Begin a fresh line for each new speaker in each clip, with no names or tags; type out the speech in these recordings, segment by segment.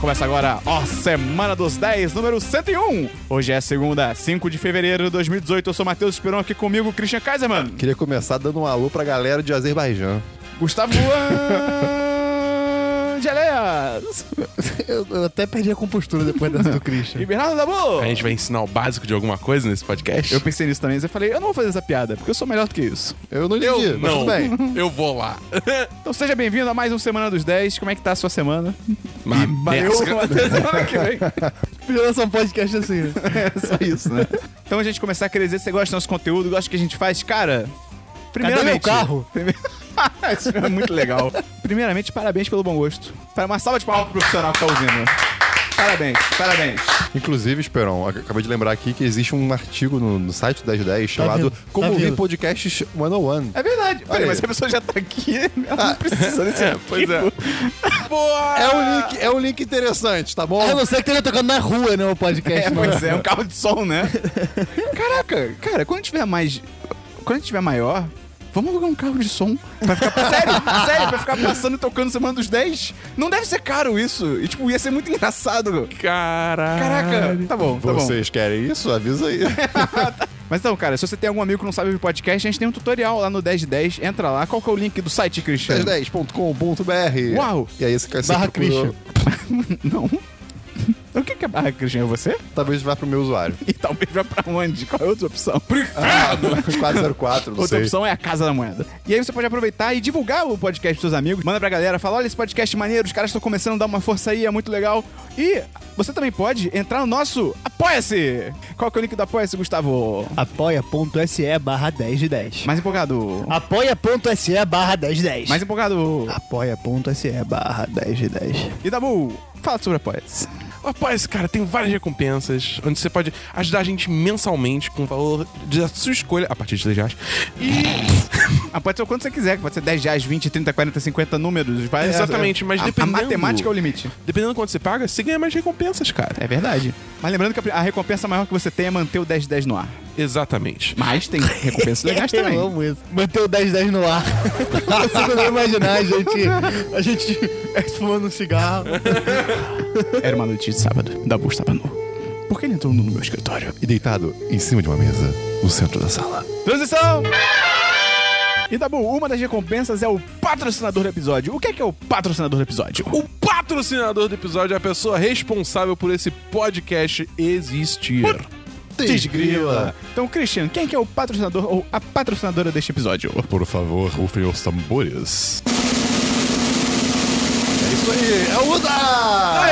Começa agora, ó, Semana dos 10, número 101. Hoje é segunda, 5 de fevereiro de 2018. Eu sou Matheus Esperon, aqui comigo, Christian Kaiserman.
Queria começar dando um alô pra galera de Azerbaijão.
Gustavo Angeleas.
Eu, eu até perdi a compostura depois dessa do Christian.
E Bernardo Dabu.
A gente vai ensinar o básico de alguma coisa nesse podcast?
Eu pensei nisso também, mas eu falei, eu não vou fazer essa piada, porque eu sou melhor do que isso.
Eu não entendi,
Eu
mas
não.
tudo bem.
Eu vou lá.
Então seja bem-vindo a mais um Semana dos 10. Como é que tá a sua semana?
Uma
Valeu,
merda.
até semana que vem.
Podia lançar um podcast assim, né?
É só isso, né? Então a gente começar a querer dizer se você gosta do nosso conteúdo, gosta do que a gente faz, cara. Primeiramente.
meu carro?
Prime- Isso é muito legal. Primeiramente, parabéns pelo bom gosto. Para uma salva de palmas pro profissional que tá ouvindo. Parabéns, parabéns.
Inclusive, Esperon, ac- acabei de lembrar aqui que existe um artigo no, no site das 10 chamado
vindo,
Como
tá
ouvir
vindo.
podcasts 101.
É verdade. Peraí,
Olha
mas
aí.
a pessoa já tá aqui, ela não precisa desse
É, pois é. Boa!
É um link, é um link interessante, tá bom?
A não ser É que esteja tocando na rua, né, o
É,
podcast. mano.
pois é, um carro de som, né? Caraca, cara, quando tiver mais. Quando tiver maior, vamos alugar um carro de som. Pra ficar, sério, sério, pra ficar passando e tocando Semana dos 10. Não deve ser caro isso. E, tipo, ia ser muito engraçado.
Caralho.
Caraca, tá bom, tá bom.
Vocês querem isso? Avisa aí.
Mas então, cara, se você tem algum amigo que não sabe ouvir podcast, a gente tem um tutorial lá no 1010. Entra lá. Qual que é o link do site, Cristiano?
1010.com.br.
Uau.
E aí você, você
Barra
procurou-
Christian.
Não. O que que é barra, Cristiano? É você?
Talvez vá pro meu usuário.
E talvez vá pra onde? Qual é a outra opção? Ah,
Ah! 404, não
Outra
sei.
opção é a Casa da Moeda. E aí você pode aproveitar e divulgar o podcast pros seus amigos. Manda pra galera, fala, olha esse podcast é maneiro, os caras estão começando a dar uma força aí, é muito legal. E você também pode entrar no nosso Apoia-se! Qual que é o link do Apoia-se, Gustavo?
Apoia.se barra 10 de 10.
Mais empolgado.
Ah,
Apoia.se barra 10 de 10.
Mais empolgado.
Apoia.se barra 10 de 10.
E Dabu, fala sobre Apoia-se.
Rapaz, cara, tem várias recompensas onde você pode ajudar a gente mensalmente com o valor da sua escolha, a partir de 10 reais. E.
Ah, pode ser o quanto você quiser, que pode ser 10 reais, 20, 30, 40, 50 números. Vai-
Exatamente, mas
a,
dependendo-
A matemática é o limite.
Dependendo do quanto você paga, você ganha mais recompensas, cara.
É verdade. Mas lembrando que a a recompensa maior que você tem é manter o 1010 no ar.
Exatamente.
Mas tem recompensas legais também.
Eu amo isso. Manter o 10 10 no ar. Não consigo nem imaginar a gente, a gente fumando um cigarro.
Era uma noite de sábado. Dabu estava nu. Por que ele entrou nu no meu escritório?
E deitado em cima de uma mesa, no centro da sala.
Transição! E Dabu, uma das recompensas é o patrocinador do episódio. O que é que é o patrocinador do episódio?
O patrocinador do episódio é a pessoa responsável por esse podcast existir.
Desgrila.
Então, Christian, quem é que é o patrocinador ou a patrocinadora deste episódio?
Por favor, rufem os tambores. É isso aí, é o Uda!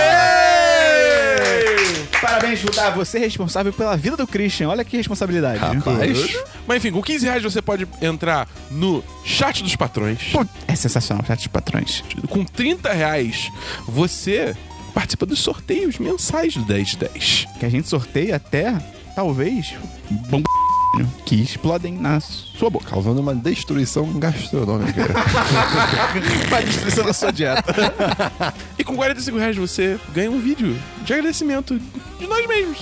Parabéns, Judá. Você é responsável pela vida do Christian. Olha que responsabilidade.
Rapaz.
Mas enfim, com 15 reais você pode entrar no chat dos patrões.
Pô, É sensacional, chat de patrões.
Com 30 reais você participa dos sorteios mensais do 1010.
Que a gente sorteia até, talvez, bom que explodem na sua boca.
Causando uma destruição gastronômica.
Vai destruição da sua dieta.
E com 45 reais você ganha um vídeo de agradecimento de nós mesmos.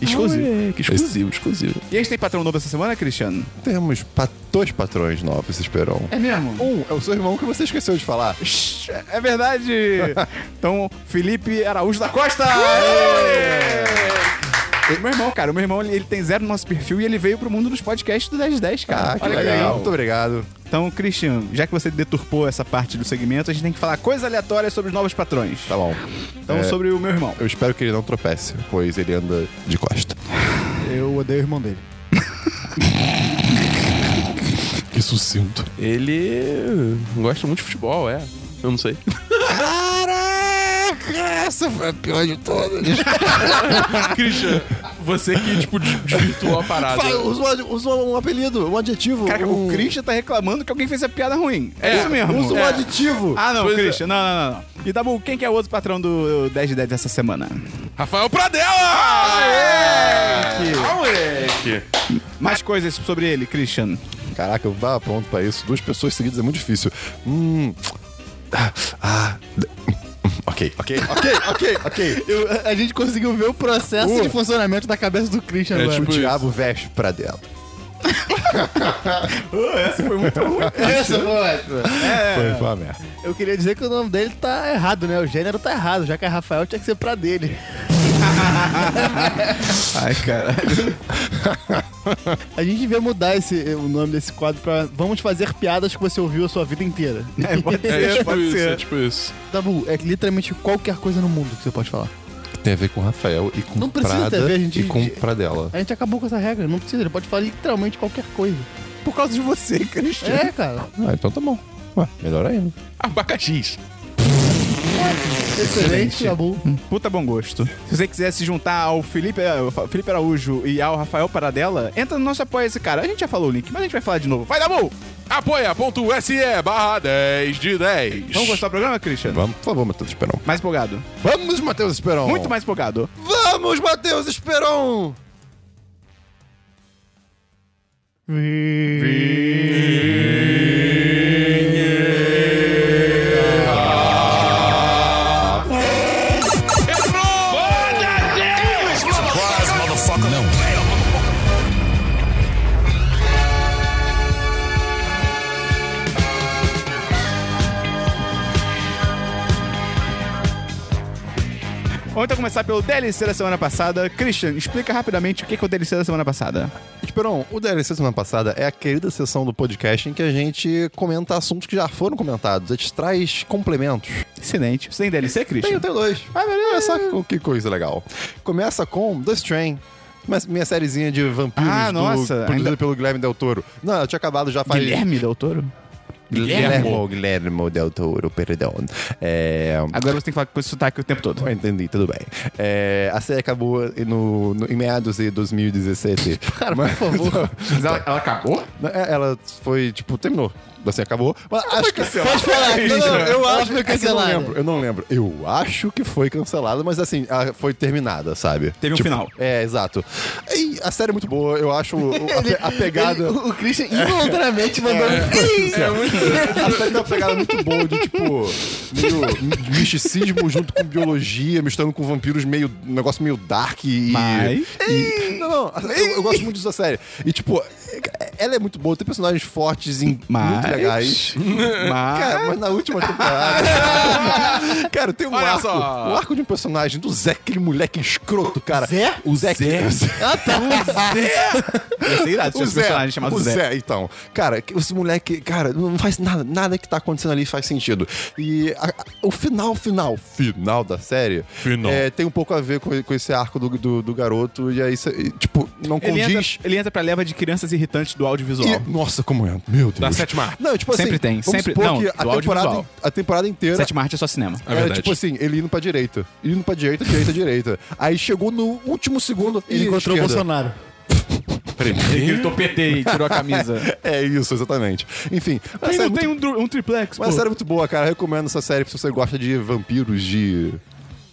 Exclusivo.
Ah, moleque, exclusivo, exclusivo.
E a gente tem patrão novo essa semana, Cristiano?
Temos pat- dois patrões novos, Esperon.
É mesmo?
Um é o seu irmão que você esqueceu de falar.
É verdade! então, Felipe Araújo da Costa! E Meu irmão, cara, o meu irmão ele ele tem zero no nosso perfil e ele veio pro mundo dos podcasts do 1010, cara.
Ah, que
Olha
legal. Muito obrigado.
Então, Christian, já que você deturpou essa parte do segmento, a gente tem que falar coisas aleatórias sobre os novos patrões.
Tá bom.
Então,
É.
sobre o meu irmão.
Eu espero que ele não tropece, pois ele anda de costa.
Eu odeio o irmão dele.
Que sucinto.
Ele gosta muito de futebol, é. Eu não sei.
Caraca, essa foi a pior de todas.
Christian, você que, tipo, des- desvirtuou a parada.
Fala, usa, um- usa um apelido, um adjetivo.
Caraca,
um...
o Christian tá reclamando que alguém fez a piada ruim. É, isso mesmo.
Usa um
É.
aditivo.
tipo.
Ah, não,
Pois é.
Christian, não, não, não, não. E Dabu, quem que é o outro patrão do 10 de 10 dessa semana?
Rafael Pradella!
moleque!
Ah, moleque!
Mais coisas sobre ele, Christian.
Caraca, eu não tava pronto pra isso. Duas pessoas seguidas é muito difícil. Hum. Ah. ah, d- Ok, ok, ok, ok, ok.
Eu- a gente conseguiu ver o processo
Uh.
de funcionamento da cabeça do Christian
É,
agora.
O
tipo- Pois.
diabo veste pra dela.
essa foi muito ruim.
Essa foi ótima.
Foi, foi uma merda.
Eu queria dizer que o nome dele tá errado, né? O gênero tá errado, já que é Rafael tinha que ser pra dele.
Ai, cara.
A gente devia mudar esse, eh, o nome desse quadro pra Vamos fazer piadas que você ouviu a sua vida inteira.
É, pode
É
ser,
tipo
pode
isso, é
ser.
tipo isso.
Tabu, é literalmente qualquer coisa no mundo que você pode falar.
Tem a ver com Rafael e com
Não precisa ter a
Prada
ver, a gente-
e com Pradela.
A gente acabou com essa regra, não precisa, ele pode falar literalmente qualquer coisa.
Por causa de você, Cristian.
É, cara.
Ah, então tá bom. Ué, melhor ainda.
Abacaxis.
Excelente, Tabu.
Puta bom gosto. Se você quiser se juntar ao Felipe, ao Fa- Felipe Araújo e ao Rafael Paradela, entra no nosso apoia-se, cara. A gente já falou o link, mas a gente vai falar de novo. Vai dar bom!
Apoia.se é barra 10 de 10.
Vamos gostar do programa, Christian?
Vamos, por favor, Matheus Esperon.
Mais empolgado.
Vamos, Matheus Esperon!
Muito mais empolgado.
Vamos, Matheus Esperon!
Vamos então começar pelo DLC da semana passada. Christian, explica rapidamente o que que é o DLC da semana passada.
Esperon, o DLC semana passada é a querida sessão do podcast em que a gente comenta assuntos que já foram comentados. A gente traz complementos.
Excelente. Você tem DLC, Christian?
Tenho, tenho dois. Ah, beleza. Olha só que, que coisa legal. Começa com The Strain. Uma, minha sériezinha de vampiros
Ah,
do-
nossa,
produzida
ainda-
pelo Guilherme Del Toro. Não, ela tinha acabado já faz...
Guilherme Del Toro?
Guilherme, Guilherme Del Toro, perdão. É...
Agora você tem que falar com esse sotaque o tempo todo.
Eu entendi, tudo bem. É, a série acabou no, no- em meados de 2017. Cara, por favor.
Mas ela, ela acabou?
Né, é, Ela foi, tipo, terminou. Assim, acabou. Mas acho que.
Pode falar,
Não, não,
Christian.
eu
Ela
acho é
foi
que eu não
cancelada.
lembro. Eu não lembro. Eu acho que foi cancelada, mas assim, ela foi terminada, sabe?
Teve um final.
É, exato. E a série é muito boa, eu acho o- a, pe- a pegada.
Ele- o Christian involuntariamente mandou.
A série tem uma pegada muito boa de, tipo, meio mi- misticismo junto com biologia, misturando com vampiros, meio. um negócio meio dark e.
Mas-
e- não, não, eu, eu gosto muito dessa série. E, tipo, ela é muito boa, tem personagens fortes e
Mas-
muito legais.
Mas...
Cara, mas na última temporada. cara, tem um
Olha
arco.
só.
O arco de um personagem do Zé, aquele moleque escroto, cara.
Zé?
O Zé. O Zé.
Ah, tá.
Ia ser irado se
O
tivesse um personagem chamado
o
Zé.
Zé, então. Cara, que- esse moleque, cara, não faz nada, nada que tá acontecendo ali faz sentido. E a- a- o final, final, final da série
Final.
é, tem um pouco a ver com, com esse arco do, do, do garoto. E aí, cê- e, tipo, não
Ele entra,
condiz.
ele entra pra leva de crianças irritantes do audiovisual.
E- nossa, como é? Meu Deus.
Da sétima arte.
Não, tipo assim,
Sempre tem,
vamos
sempre-
supor
não,
que
do
a temporada,
audiovisual.
a temporada inteira
Sétima arte é só cinema.
É
era
verdade.
tipo assim, ele indo pra direita, indo pra direita, direita, direita. Aí chegou no último segundo
Ele
ih,
encontrou o
esquerda.
Bolsonaro.
Ele gritou PT e tirou a camisa.
É isso, exatamente. Enfim, uma série, é muito,
um, dru- um triplex,
uma série muito boa, cara. Recomendo essa série se você gosta de vampiros, de,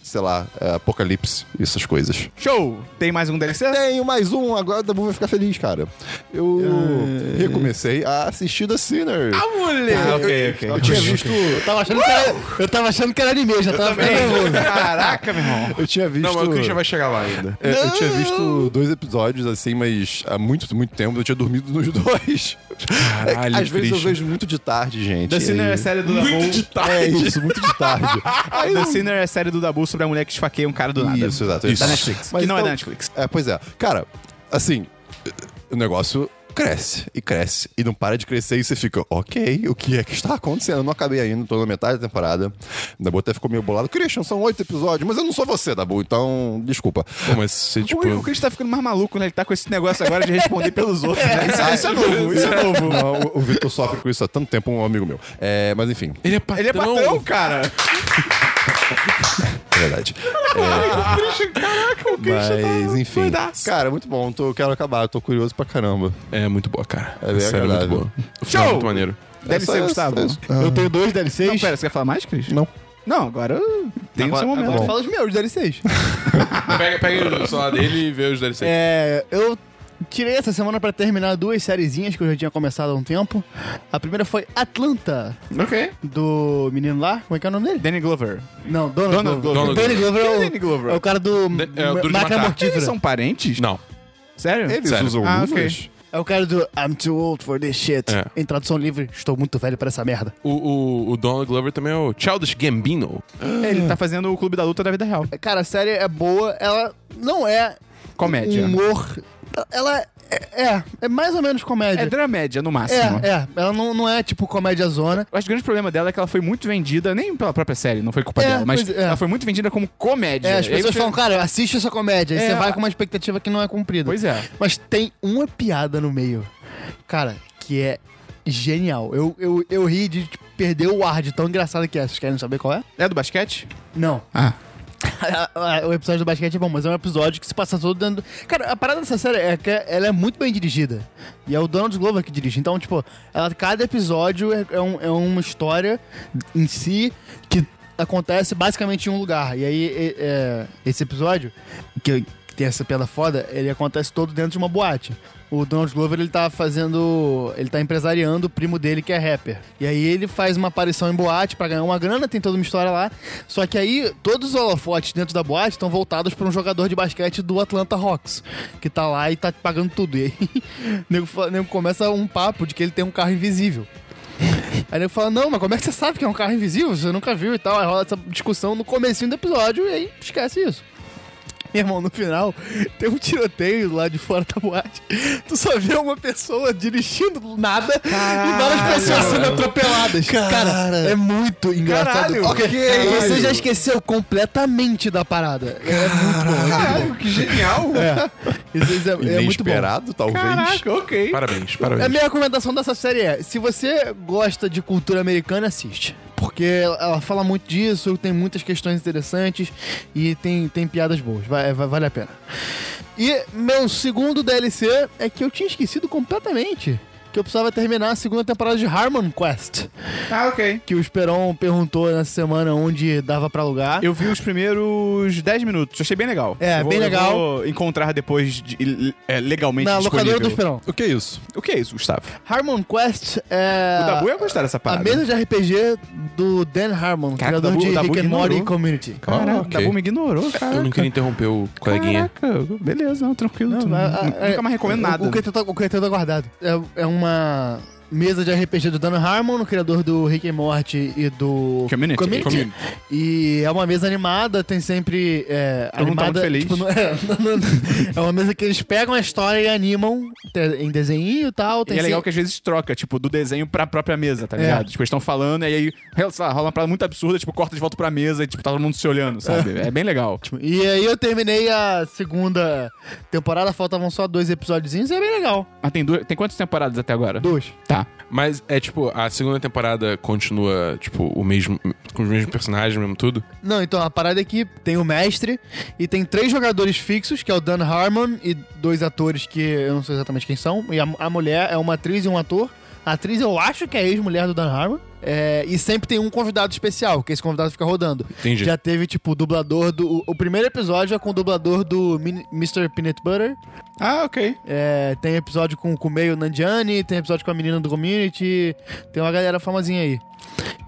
sei lá, é, apocalipse, essas coisas.
Show! Tem mais um DLC?
Tenho mais um, agora o Dabu vai ficar feliz, cara. Eu É. recomecei a assistir The Sinner.
moleque! Ah, ok, ok.
Eu
Uhum.
tinha visto...
Eu tava achando que era, eu tava achando que era anime, já tava ficando nervoso.
Caraca, meu irmão.
Eu tinha visto...
Não, mas o Christian vai chegar lá ainda.
É, Eu tinha visto dois episódios, assim, mas há muito, muito tempo eu tinha dormido nos dois.
Caralho,
Às vezes eu
Christian.
vejo muito de tarde, gente.
The Sinner é a
E-
série do Dabu.
É isso, muito de tarde. Aí
The
eu-
Sinner é a série do Dabu sobre a mulher que esfaqueia um cara do nada.
Isso, exato.
Da
isso.
Netflix.
Mas
que não é
então-
da Netflix.
É, pois é. Cara, assim, o negócio cresce e cresce e não para de crescer e você fica, ok, o que é que está acontecendo? Eu não acabei ainda, tô na metade da temporada. Dabu até ficou meio bolado. Christian, são oito episódios, mas eu não sou você, Dabu, então desculpa.
Pô, mas você, tipo...
Ui, o Chris tá ficando mais maluco, né? Ele tá com esse negócio agora de responder pelos outros. né? Isso, isso é novo, isso é novo.
Ah, Não, o, o Vitor sofre com isso há tanto tempo, um amigo meu. É, mas enfim,
Ele é patrão.
Ele é patrão, cara.
é verdade. É,
Caraca, o Christian tá
Mas enfim.
doidaço.
Cara, muito bom. Tô, quero acabar, tô curioso pra caramba.
É muito boa, cara.
É bem
Sério, é muito
agradável.
boa. O final é
Show!
muito maneiro.
DLC,
só isso,
Gustavo.
é isso.
Eu tenho dois
Não,
DLCs.
pera, você quer falar mais, Cris?
Não.
Não, agora uh, tem o seu momento.
Agora
Fala-
fala os meus DLCs.
Pega, pega o celular dele e vê os DLC.
É, eu tirei essa semana pra terminar duas sériezinhas que eu já tinha começado há um tempo. A primeira foi Atlanta,
Ok.
do menino lá. Como é que é o nome dele?
Danny Glover.
Não, Donald,
Donald
Glover.
Glover.
Danny Glover é o,
Quem é Danny Glover?
é o cara do
De- é o Duro de
Máquina
Matar.
Mortífera.
É. Eles são parentes?
Não.
Sério?
Eles
Sério.
usam
Ah, ok.
luvas?
É É o cara do I'm too old for this shit.
É.
Em tradução livre, estou muito velho pra essa merda.
O, o, o Donald Glover também é o Childish Gambino.
Ele tá fazendo o clube da luta da vida real.
Cara, a série é boa, ela não é
Comédia.
humor. Ela é, é, é mais ou menos comédia.
É dramédia, no
É,
máximo.
é. Ela não, não é tipo comédia zona.
Eu acho que o grande problema dela é que ela foi muito vendida, nem pela própria série, não foi culpa
É,
dela, mas
pois é.
ela foi muito vendida como comédia.
É, as
E aí
pessoas
você-
falam, cara, assiste essa comédia. E
É,
você vai
a-
com uma expectativa que não é cumprida.
Pois é.
Mas tem uma piada no meio, cara, que é genial. Eu, eu, eu ri de tipo, perder o ar de tão engraçado que é. Vocês querem saber qual é?
É do basquete?
Não.
Ah.
o episódio do basquete é bom, mas é um episódio que se passa todo dentro. do- Cara, a parada dessa série é que ela é muito bem dirigida. E é o Donald Glover que dirige. Então, tipo, ela- cada episódio é, é um- é uma história em si que acontece basicamente em um lugar. E aí, e- é, esse episódio, que que tem essa piada foda, ele acontece todo dentro de uma boate. O Donald Glover, ele tá fazendo. Ele tá empresariando o primo dele, que é rapper. E aí ele faz uma aparição em boate pra ganhar uma grana, tem toda uma história lá. Só que aí todos os holofotes dentro da boate estão voltados pra um jogador de basquete do Atlanta Hawks, que tá lá e tá pagando tudo. E aí o nego, fala- o nego começa um papo de que ele tem um carro invisível. Aí ele fala, não, mas como é que você sabe que é um carro invisível? Você nunca viu e tal. Aí rola essa discussão no comecinho do episódio e aí esquece isso. Meu irmão, no final, tem um tiroteio lá de fora da boate. Tu só vê uma pessoa dirigindo do nada e várias pessoas sendo atropeladas. Cara, é muito engraçado.
Caralho,
Ok,
que
Você
isso?
já esqueceu completamente da parada. É muito bom.
Caralho, que genial!
Isso, isso é, é muito bom.
Inesperado, talvez.
Caraca, ok.
Parabéns,
A
parabéns.
minha recomendação dessa série é: se você gosta de cultura americana, assiste. Porque ela fala muito disso, tem muitas questões interessantes e tem, tem piadas boas. Vai, vai- vale a pena. E meu segundo DLC é que eu tinha esquecido completamente que eu precisava terminar a segunda temporada de Harmon Quest.
Ah, ok.
Que o Esperon perguntou nessa semana onde dava pra alugar.
Eu vi os primeiros 10 minutos, achei bem legal.
É,
Eu vou-
bem
eu
legal.
vou encontrar depois de- é, legalmente
na locadora do
disponível.
Esperon.
O que é isso?
O que é isso, Gustavo?
Harmon Quest é.
O Dabu ia gostar dessa
A
parada.
mesa de RPG do Dan Harmon,
Caraca,
criador
o Dabu-
de
o Dabu
Rick and Morty
ignorou.
Community.
Caraca,
Ah,
o
ok.
Dabu me ignorou, cara.
Eu não queria interromper o coleguinha.
Caraca, beleza, não, ah, é, tranquilo. tu
Não,
não-
a- a-
nunca mais recomendo
o-
nada.
O Cretan tá, o Cretan tá guardado. É, é uma mesa de RPG do Dan Harmon, o criador do Rick and Morty e do...
Community. Community.
E é uma mesa animada, tem sempre... É,
Todo mundo tá
animada,
muito feliz.
tipo, não- é, não- não- é uma mesa que eles pegam a história e animam te- em desenho e tal.
E
Tem
é legal que
sempre-
às vezes troca, tipo, do desenho pra própria mesa, tá
É.
ligado? Tipo, eles estão falando e aí, sei lá, rola uma parada muito absurda, tipo, corta de volta pra mesa e, tipo, tá todo mundo se olhando, sabe? É, bem legal.
E aí eu terminei a segunda temporada, faltavam só dois episódiozinhos e é bem legal.
Mas ah, tem, duas, tem quantas temporadas até agora?
Dois.
Tá.
Mas é tipo, a segunda temporada continua, tipo, o mesmo. Com os mesmos personagens, mesmo tudo.
Não, então a parada é que tem o mestre e tem três jogadores fixos, que é o Dan Harmon e dois atores que eu não sei exatamente quem são. E a, a mulher é uma atriz e um ator. A atriz eu acho que é a ex-mulher do Dan Harmon. É, e sempre tem um convidado especial, que esse convidado fica rodando.
Entendi.
Já teve, tipo, o dublador do. O, o primeiro episódio é com o dublador do Min- Mr. Peanut Butter.
Ah, ok.
É, tem episódio com, com o meio Nandiani, tem episódio com a menina do community, tem uma galera famosinha aí.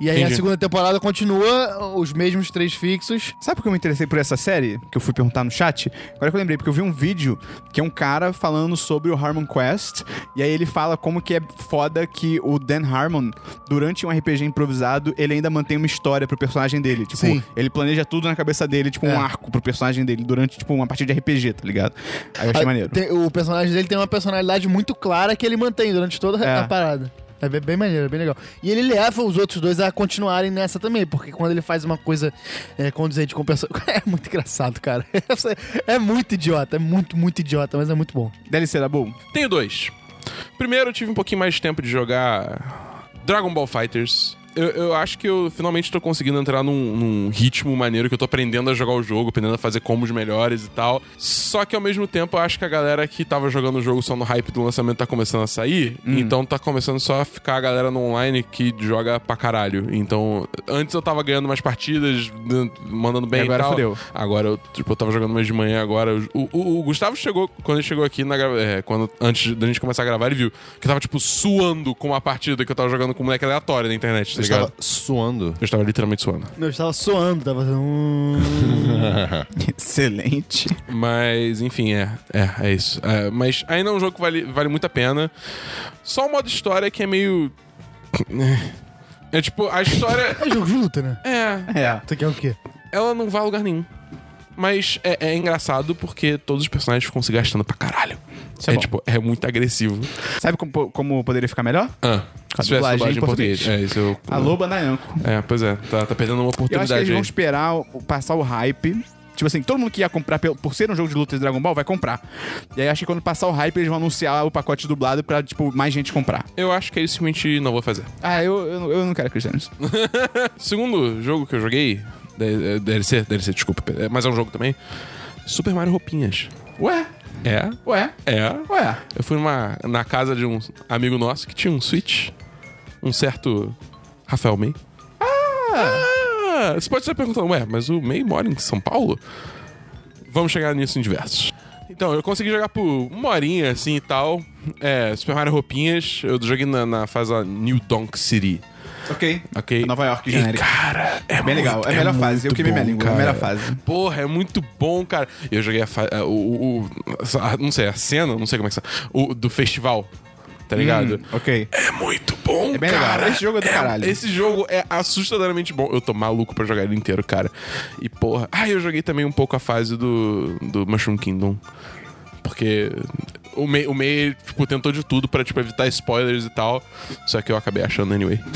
E aí a
Entendi.
segunda temporada continua, os mesmos três fixos.
Sabe por que eu me interessei por essa série? Que eu fui perguntar no chat? Agora que eu lembrei, porque eu vi um vídeo que é um cara falando sobre o Harmon Quest, e aí ele fala como que é foda que o Dan Harmon, durante um RPG improvisado, ele ainda mantém uma história pro personagem dele. Tipo,
Sim.
ele planeja tudo na cabeça dele, tipo,
É.
um arco pro personagem dele durante, tipo, uma partida de RPG, tá ligado? Aí eu achei
Ah,
maneiro.
tem- o personagem dele tem uma personalidade muito clara que ele mantém durante toda
É.
a parada. É bem, bem maneiro, é bem legal. E ele leva os outros dois a continuarem nessa também, porque quando ele faz uma coisa é, condizente com o personagem. É muito engraçado, cara. É muito idiota, é muito, muito idiota, mas é muito bom.
DLC da Bull.
Tenho dois. Primeiro, eu tive um pouquinho mais de tempo de jogar Dragon Ball Fighters. Eu, eu acho que eu finalmente tô conseguindo entrar num, num ritmo maneiro que eu tô aprendendo a jogar o jogo, aprendendo a fazer combos melhores e tal. Só que ao mesmo tempo eu acho que a galera que tava jogando o jogo só no hype do lançamento tá começando a sair.
Hum.
Então tá começando só a ficar a galera no online que joga pra caralho. Então, antes eu tava ganhando umas partidas, d- mandando bem
E agora
e tal.
fodeu.
Agora, eu, tipo, eu tava jogando mais de manhã agora. eu- O, o- o Gustavo chegou, quando ele chegou aqui, na, grava- é, quando, antes da gente começar a gravar, ele viu que eu tava, tipo, suando com uma partida que eu tava jogando com um moleque aleatório na internet, tá ligado?
estava suando.
Eu estava literalmente suando.
Meu, eu estava soando, tava fazendo um...
Excelente.
Mas, enfim, é. É, é isso. É, mas ainda é um jogo que vale, vale muito a pena. Só o modo história que é meio. É tipo, a história.
É jogo de luta, né?
É.
É.
Você quer o quê?
Ela não vai a lugar nenhum. Mas é, é engraçado porque todos os personagens ficam se gastando pra caralho.
é
é
bom.
tipo, é muito agressivo.
Sabe como, como poderia ficar melhor?
Ah,
A
se tivesse
dublagem
dublagem
em
em português. É, isso eu.
Alô, Banayanco.
É, pois é, tá, tá perdendo uma
Eu acho que eles
oportunidade
vão
aí.
esperar o- passar o hype. Tipo assim, todo mundo que ia comprar pelo- por ser um jogo de luta de Dragon Ball vai comprar. E aí acho que quando passar o hype, eles vão anunciar o pacote dublado pra, tipo, mais gente comprar.
Eu acho que é isso simplesmente não vou fazer.
Ah, eu, eu, não- eu não quero acreditar nisso.
Segundo jogo que eu joguei, D- eh, DLC, DLC, desculpa, é, mas é um jogo também. Super Mario Roupinhas.
Ué,
É,
ué,
é.
ué.
Eu fui numa, na casa de um amigo nosso que tinha um Switch. Um certo Rafael May. Ah! Você pode estar perguntando, ué, mas o May mora em São Paulo? Vamos chegar nisso em diversos. Então, eu consegui jogar por uma horinha, assim, e tal. É, Super Mario Roupinhas. Eu joguei na, na fase lá, New Donk City,
Ok. É
ok?
Nova York,
E,
genérica.
cara, é
Bem legal.
muito-
É a melhor fase. Eu
muito
queimei minha
bom,
língua. É a
cara.
melhor fase.
Porra, é muito bom, cara. Eu joguei a, fa- a- o, o- o- a- Não sei, a cena, não sei como é que se o Do festival. Tá ligado?
Hum, ok.
É muito bom,
É bem
cara.
legal. Esse jogo é do caralho.
Esse jogo é assustadoramente bom. Eu tô maluco pra jogar ele inteiro, cara. E porra. Ah, eu joguei também um pouco a fase do, do Mushroom Kingdom. Porque o Mei, o Mei tipo, tentou de tudo pra tipo, evitar spoilers e tal. Só que eu acabei achando anyway.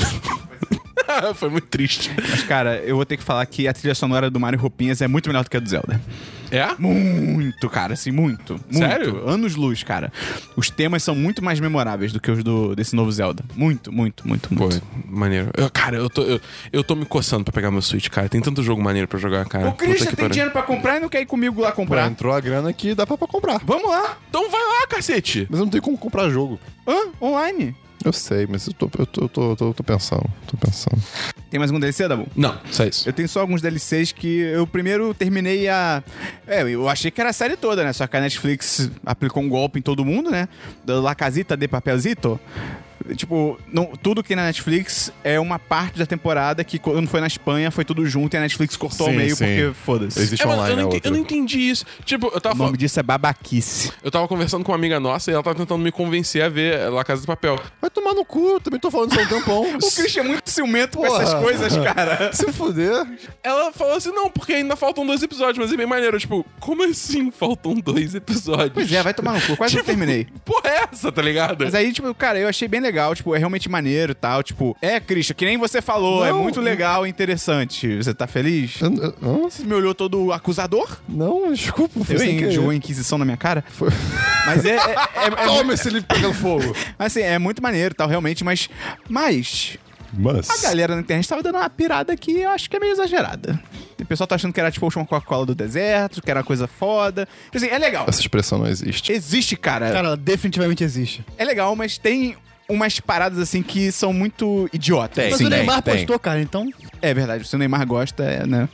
Foi muito triste.
Mas, cara, eu vou ter que falar que a trilha sonora do Mario Roupinhas é muito melhor do que a do Zelda.
É?
Muito, cara, assim, muito. muito.
Sério?
Anos luz, cara. Os temas são muito mais memoráveis do que os do, desse novo Zelda. Muito, muito, muito,
Pô,
muito.
maneiro. Eu- cara, eu tô, eu, eu tô me coçando pra pegar meu Switch, cara. Tem tanto jogo maneiro pra jogar, cara.
O Christian
é, Puta
tem
que pariu. é.
dinheiro pra comprar e não quer ir comigo lá
Pô,
comprar.
entrou a grana que dá pra, pra comprar.
Vamos lá!
Então vai lá, cacete!
Mas eu não tenho como comprar jogo.
Hã? Online?
Eu sei, mas eu tô, eu tô, eu tô, eu tô, eu tô pensando. Tô pensando.
Tem mais algum DLC, Dabu?
Não, só isso.
Eu tenho só alguns DLCs que eu primeiro terminei a. É, eu achei que era a série toda, né? Só que a Netflix aplicou um golpe em todo mundo, né? Da La Casita de Papelzito. Tipo, não, tudo que tem na Netflix é uma parte da temporada que quando foi na Espanha foi tudo junto e a Netflix cortou
Sim,
ao meio
sim.
porque foda-se.
Existe
É, mano,
online,
eu, não
é
entendi,
outro.
eu não entendi isso. Tipo, eu tava,
O
fal-
nome disso é babaquice.
eu tava conversando com uma amiga nossa e ela tava tentando me convencer a ver La Casa de Papel.
Vai tomar no cu, eu também tô falando isso há um tampão.
O Christian é muito ciumento com
Porra.
essas coisas, cara.
Se fuder.
Ela falou assim: não, porque ainda faltam dois episódios, mas é bem maneiro. Eu, Tipo, como assim faltam dois episódios?
Pois é, vai tomar no cu. Quase que eu
Tipo,
terminei.
Porra, é essa, tá ligado?
Mas aí, tipo, cara, eu achei bem legal, tipo, é realmente maneiro e tal, tipo, é, Christian, que nem você falou, é
Não.
muito legal e interessante. Você tá feliz?
Eu- eu- hã?
Você me olhou todo acusador?
Não, desculpa. foi
Eu
sem
hein,
querer.
jogou a Inquisição na minha cara.
é. Foi-
Mas é, é, é, é mu-
Toma esse livro pegando fogo.
assim, é muito maneiro e tal, realmente, mas. Mas
Mas.
a galera na internet tava dando uma pirada que eu acho que é meio exagerada. O pessoal tá achando que era tipo a última Coca-Cola do deserto, que era uma coisa foda. Tipo Assim, é legal.
Essa expressão não existe.
Existe,
Cara, ela definitivamente existe.
É legal, mas tem umas paradas assim que são muito idiotas.
Mas
Sim,
o
tem,
Neymar
tem.
postou, cara, então...
É verdade, se o Neymar gosta, é, né?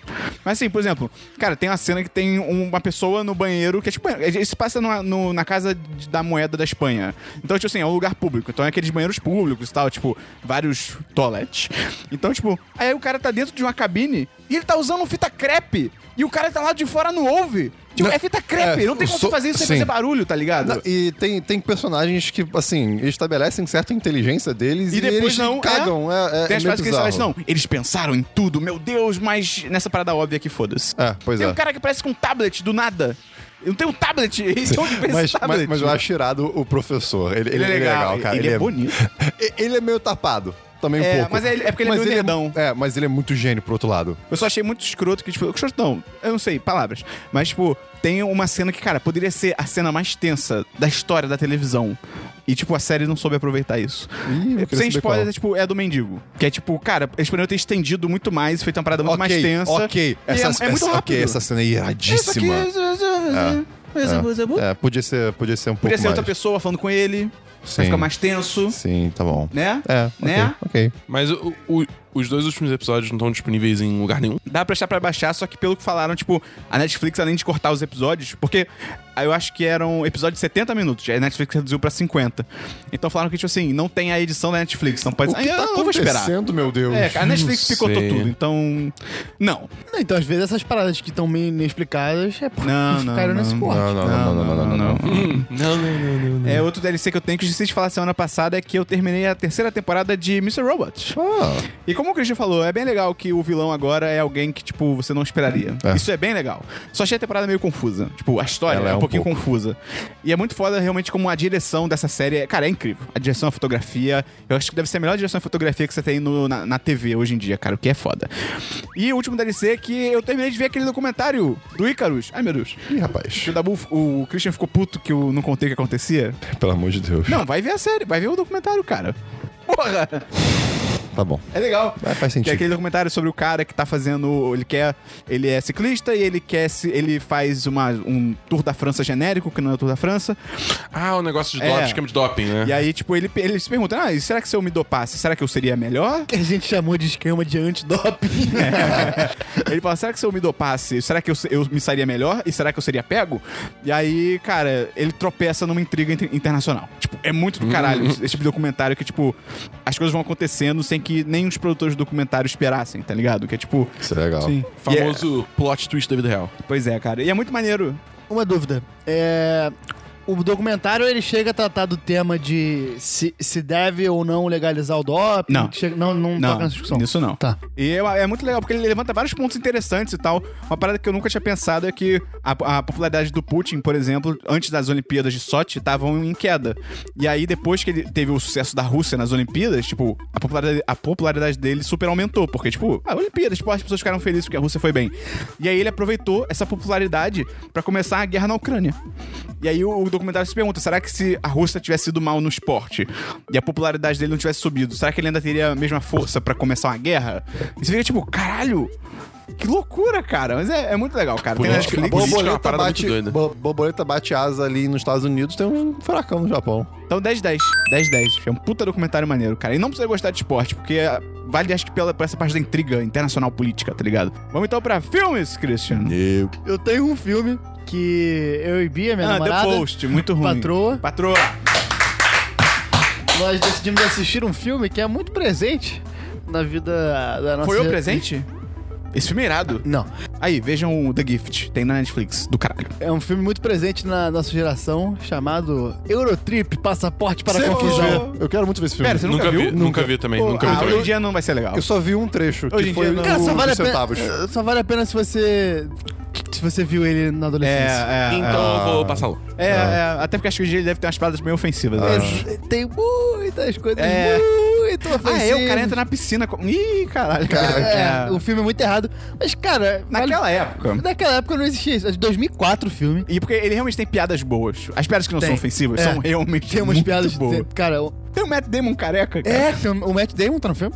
Mas assim, por exemplo, cara, tem uma cena que tem um, uma pessoa no banheiro que é tipo. Isso passa numa- no- na casa de- da moeda da Espanha. Então, tipo assim, é um lugar público. Então é aqueles banheiros públicos e tal, tipo, vários toilettes. Então, tipo, aí o cara tá dentro de uma cabine e ele tá usando fita crepe. E o cara tá lá de fora não ouve. Tipo,
Não,
é fita crepe.
é,
não tem como
sou-
você fazer isso sem
sim.
fazer barulho, tá ligado?
Não, e tem, tem personagens que, assim, estabelecem certa inteligência deles e,
E depois
eles
não, é.
cagam. É, é,
Tem
é
as frases
meio
que eles
bizarro.
falam assim, não, eles pensaram em tudo, meu Deus, mas nessa parada óbvia que foda-se.
É, pois
Tem
é.
um cara que parece com um tablet do nada. Eu não tenho um tablet, então ele pensa
Mas,
tablet.
mas, mas eu acho tirado o professor. Ele, ele- ele é, legal, cara.
Ele, é bonito.
E- Ele é meio tapado. Também
É,
um pouco.
mas ele- é porque ele é meio nerdão.
É, mas ele é muito gênio pro outro lado.
Eu só achei muito escroto que, tipo, escroto não, eu não sei, palavras. Mas, tipo, tem uma cena que, cara, poderia ser a cena mais tensa da história da televisão. E, tipo, a série não soube aproveitar isso.
Ih, eu queria
Sem
saber
spoiler,
qual.
é, tipo, é a do mendigo. Que é, tipo, cara, eles poderiam ter estendido muito mais, feito uma parada muito mais tensa.
Ok,
E
essa,
é, é muito
essa,
rápido.
ok, essa cena é iradíssima. É, podia ser, podia ser um é. pouco
Podia ser
mais.
outra pessoa falando com ele,
Sim.
vai ficar mais tenso,
Sim, tá bom.
né?
É,
Né?
ok. ok.
Mas o, o- Os dois últimos episódios não estão disponíveis em lugar nenhum.
Dá pra achar pra baixar, só que pelo que falaram, tipo, a Netflix, além de cortar os episódios, porque ah, eu acho que eram episódios de 70 minutos, aí a Netflix reduziu pra 50. Então falaram que, tipo assim, não tem a edição da Netflix, não pode.
O que
Ah,
tá
não, eu vou esperar.
acontecendo, meu Deus?
É, a Netflix
Não
picotou
sei.
tudo, então. Não.
Não, Então, às vezes, essas paradas que estão meio inexplicadas é porque
Não, não,
ficaram nesse
não.
corte.
não, não, não, não, não, não, não.
Não, não, não, não.
É, outro DLC que eu tenho que eu esqueci de falar semana passada é que eu terminei a terceira temporada de Mr. Robot.
Ah,
E como o Christian falou, é bem legal que o vilão agora é alguém que, tipo, você não esperaria.
É.
Isso é bem legal. Só achei a temporada meio confusa. Tipo, a história
Ela
é
é
um,
um
pouquinho
pouco.
confusa. E é muito foda realmente como a direção dessa série. é- Cara, é incrível. A direção, a fotografia. Eu acho que deve ser a melhor direção e fotografia que você tem no- na, na TV hoje em dia, cara, o que é foda. E o último DLC é que eu terminei de ver aquele documentário do Icarus. Ai, meu Deus.
ih, rapaz.
Que o Dabu, o Christian ficou puto que eu não contei o que acontecia.
Pelo amor de Deus.
Não, vai ver a série, vai ver o documentário, cara. Porra!
Tá bom.
É legal.
Ah, faz
Que é
sentido.
aquele documentário sobre o cara que tá fazendo. Ele quer. Ele é ciclista e ele quer. se- Ele faz uma, um Tour da França genérico, que não é o Tour da França.
Ah, o negócio de
É.
doping, esquema de doping, né?
E aí, tipo, ele, ele se pergunta: Ah, e será que se eu me dopasse, será que eu seria melhor?
Que a gente chamou de esquema de antidoping.
É. ele fala: será que se eu me dopasse, será que eu, eu me sairia melhor? E será que eu seria pego? E aí, cara, ele tropeça numa intriga inter- internacional. Tipo, é muito do caralho esse, esse tipo de documentário que, tipo, as coisas vão acontecendo sem que nem os produtores do documentário esperassem, tá ligado? Que é tipo.
Isso é legal.
Famoso plot twist da vida real.
Pois é, cara. E é muito maneiro.
Uma dúvida. É, O documentário ele chega a tratar do tema de se, se deve ou não legalizar o doping?
Não.
Chega- não, não,
Não,
toca nessa discussão.
isso não.
Tá.
E é, é muito legal, porque ele levanta vários pontos interessantes e tal. Uma parada que eu nunca tinha pensado é que a, a popularidade do Putin, por exemplo, antes das Olimpíadas de Sochi, estavam em queda. E aí, depois que ele teve o sucesso da Rússia nas Olimpíadas, tipo, a popularidade, a popularidade dele super aumentou. Porque, tipo, a Olimpíadas, tipo, as pessoas ficaram felizes porque a Rússia foi bem. E aí ele aproveitou essa popularidade pra começar a guerra na Ucrânia. E aí o, o documentário se pergunta: será que se a Rússia tivesse ido mal no esporte e a popularidade dele não tivesse subido, será que ele ainda teria a mesma força pra começar uma guerra? E você fica tipo, caralho! Que loucura, cara! Mas é, é muito legal, cara. Tem
Política-
Netflix.
a boa- Política é uma
Borboleta
parada muito
bate,
doida.
bo- borboleta bate asa ali nos Estados Unidos, tem um furacão no Japão.
Então 10 10. 10 10. É um puta documentário maneiro, cara. E não precisa gostar de esporte, porque ah, vale acho que pela, por essa parte da intriga internacional política, tá ligado? Vamos então pra filmes, Christian.
Eu.
Eu tenho um filme que eu e Bia, minha
Ah, The
namorada,
Post, muito ruim.
patroa,
Patroa.
nós decidimos assistir um filme que é muito presente na vida da nossa...
Foi o presente? Esse filme é irado.
Não.
Aí, vejam o The Gift. Tem na Netflix, do caralho.
É um filme muito presente na nossa geração, chamado Eurotrip, Passaporte
é
para a
Sempre quis
Confusão.
ver. Eu quero muito ver esse filme.
Pera, você nunca,
Nunca vi,
viu?
nunca, vi também.
Pô,
nunca vi
ah,
também.
Hoje em dia não vai ser legal.
Eu só vi um trecho,
Hoje em
que foi
dia não.
o
Cara, só vale, a
dos centavos.
pena, eh, só vale a pena se você se você viu ele na adolescência.
é,
Então
Ah.
eu vou passar lá.
é, é, é, até porque acho que hoje ele deve ter umas paradas meio ofensivas. né? eu acho.
Ah. Ex- Tem muitas coisas
É.
muito
Ah,
ofensivas.
é, o cara entra na piscina. Com... Ih, caralho. cara.
É,
É.
o filme é muito errado. Mas, cara,
Naquela
vale-
época.
naquela época não existia isso. É de 2004 o filme.
E porque ele realmente tem piadas boas. As piadas que não
Tem.
são ofensivas
É.
são realmente
Tem umas
muito
piadas.
boas.
Cara, o-
Tem o Matt Damon careca, cara.
é, tem- o Matt Damon tá no filme?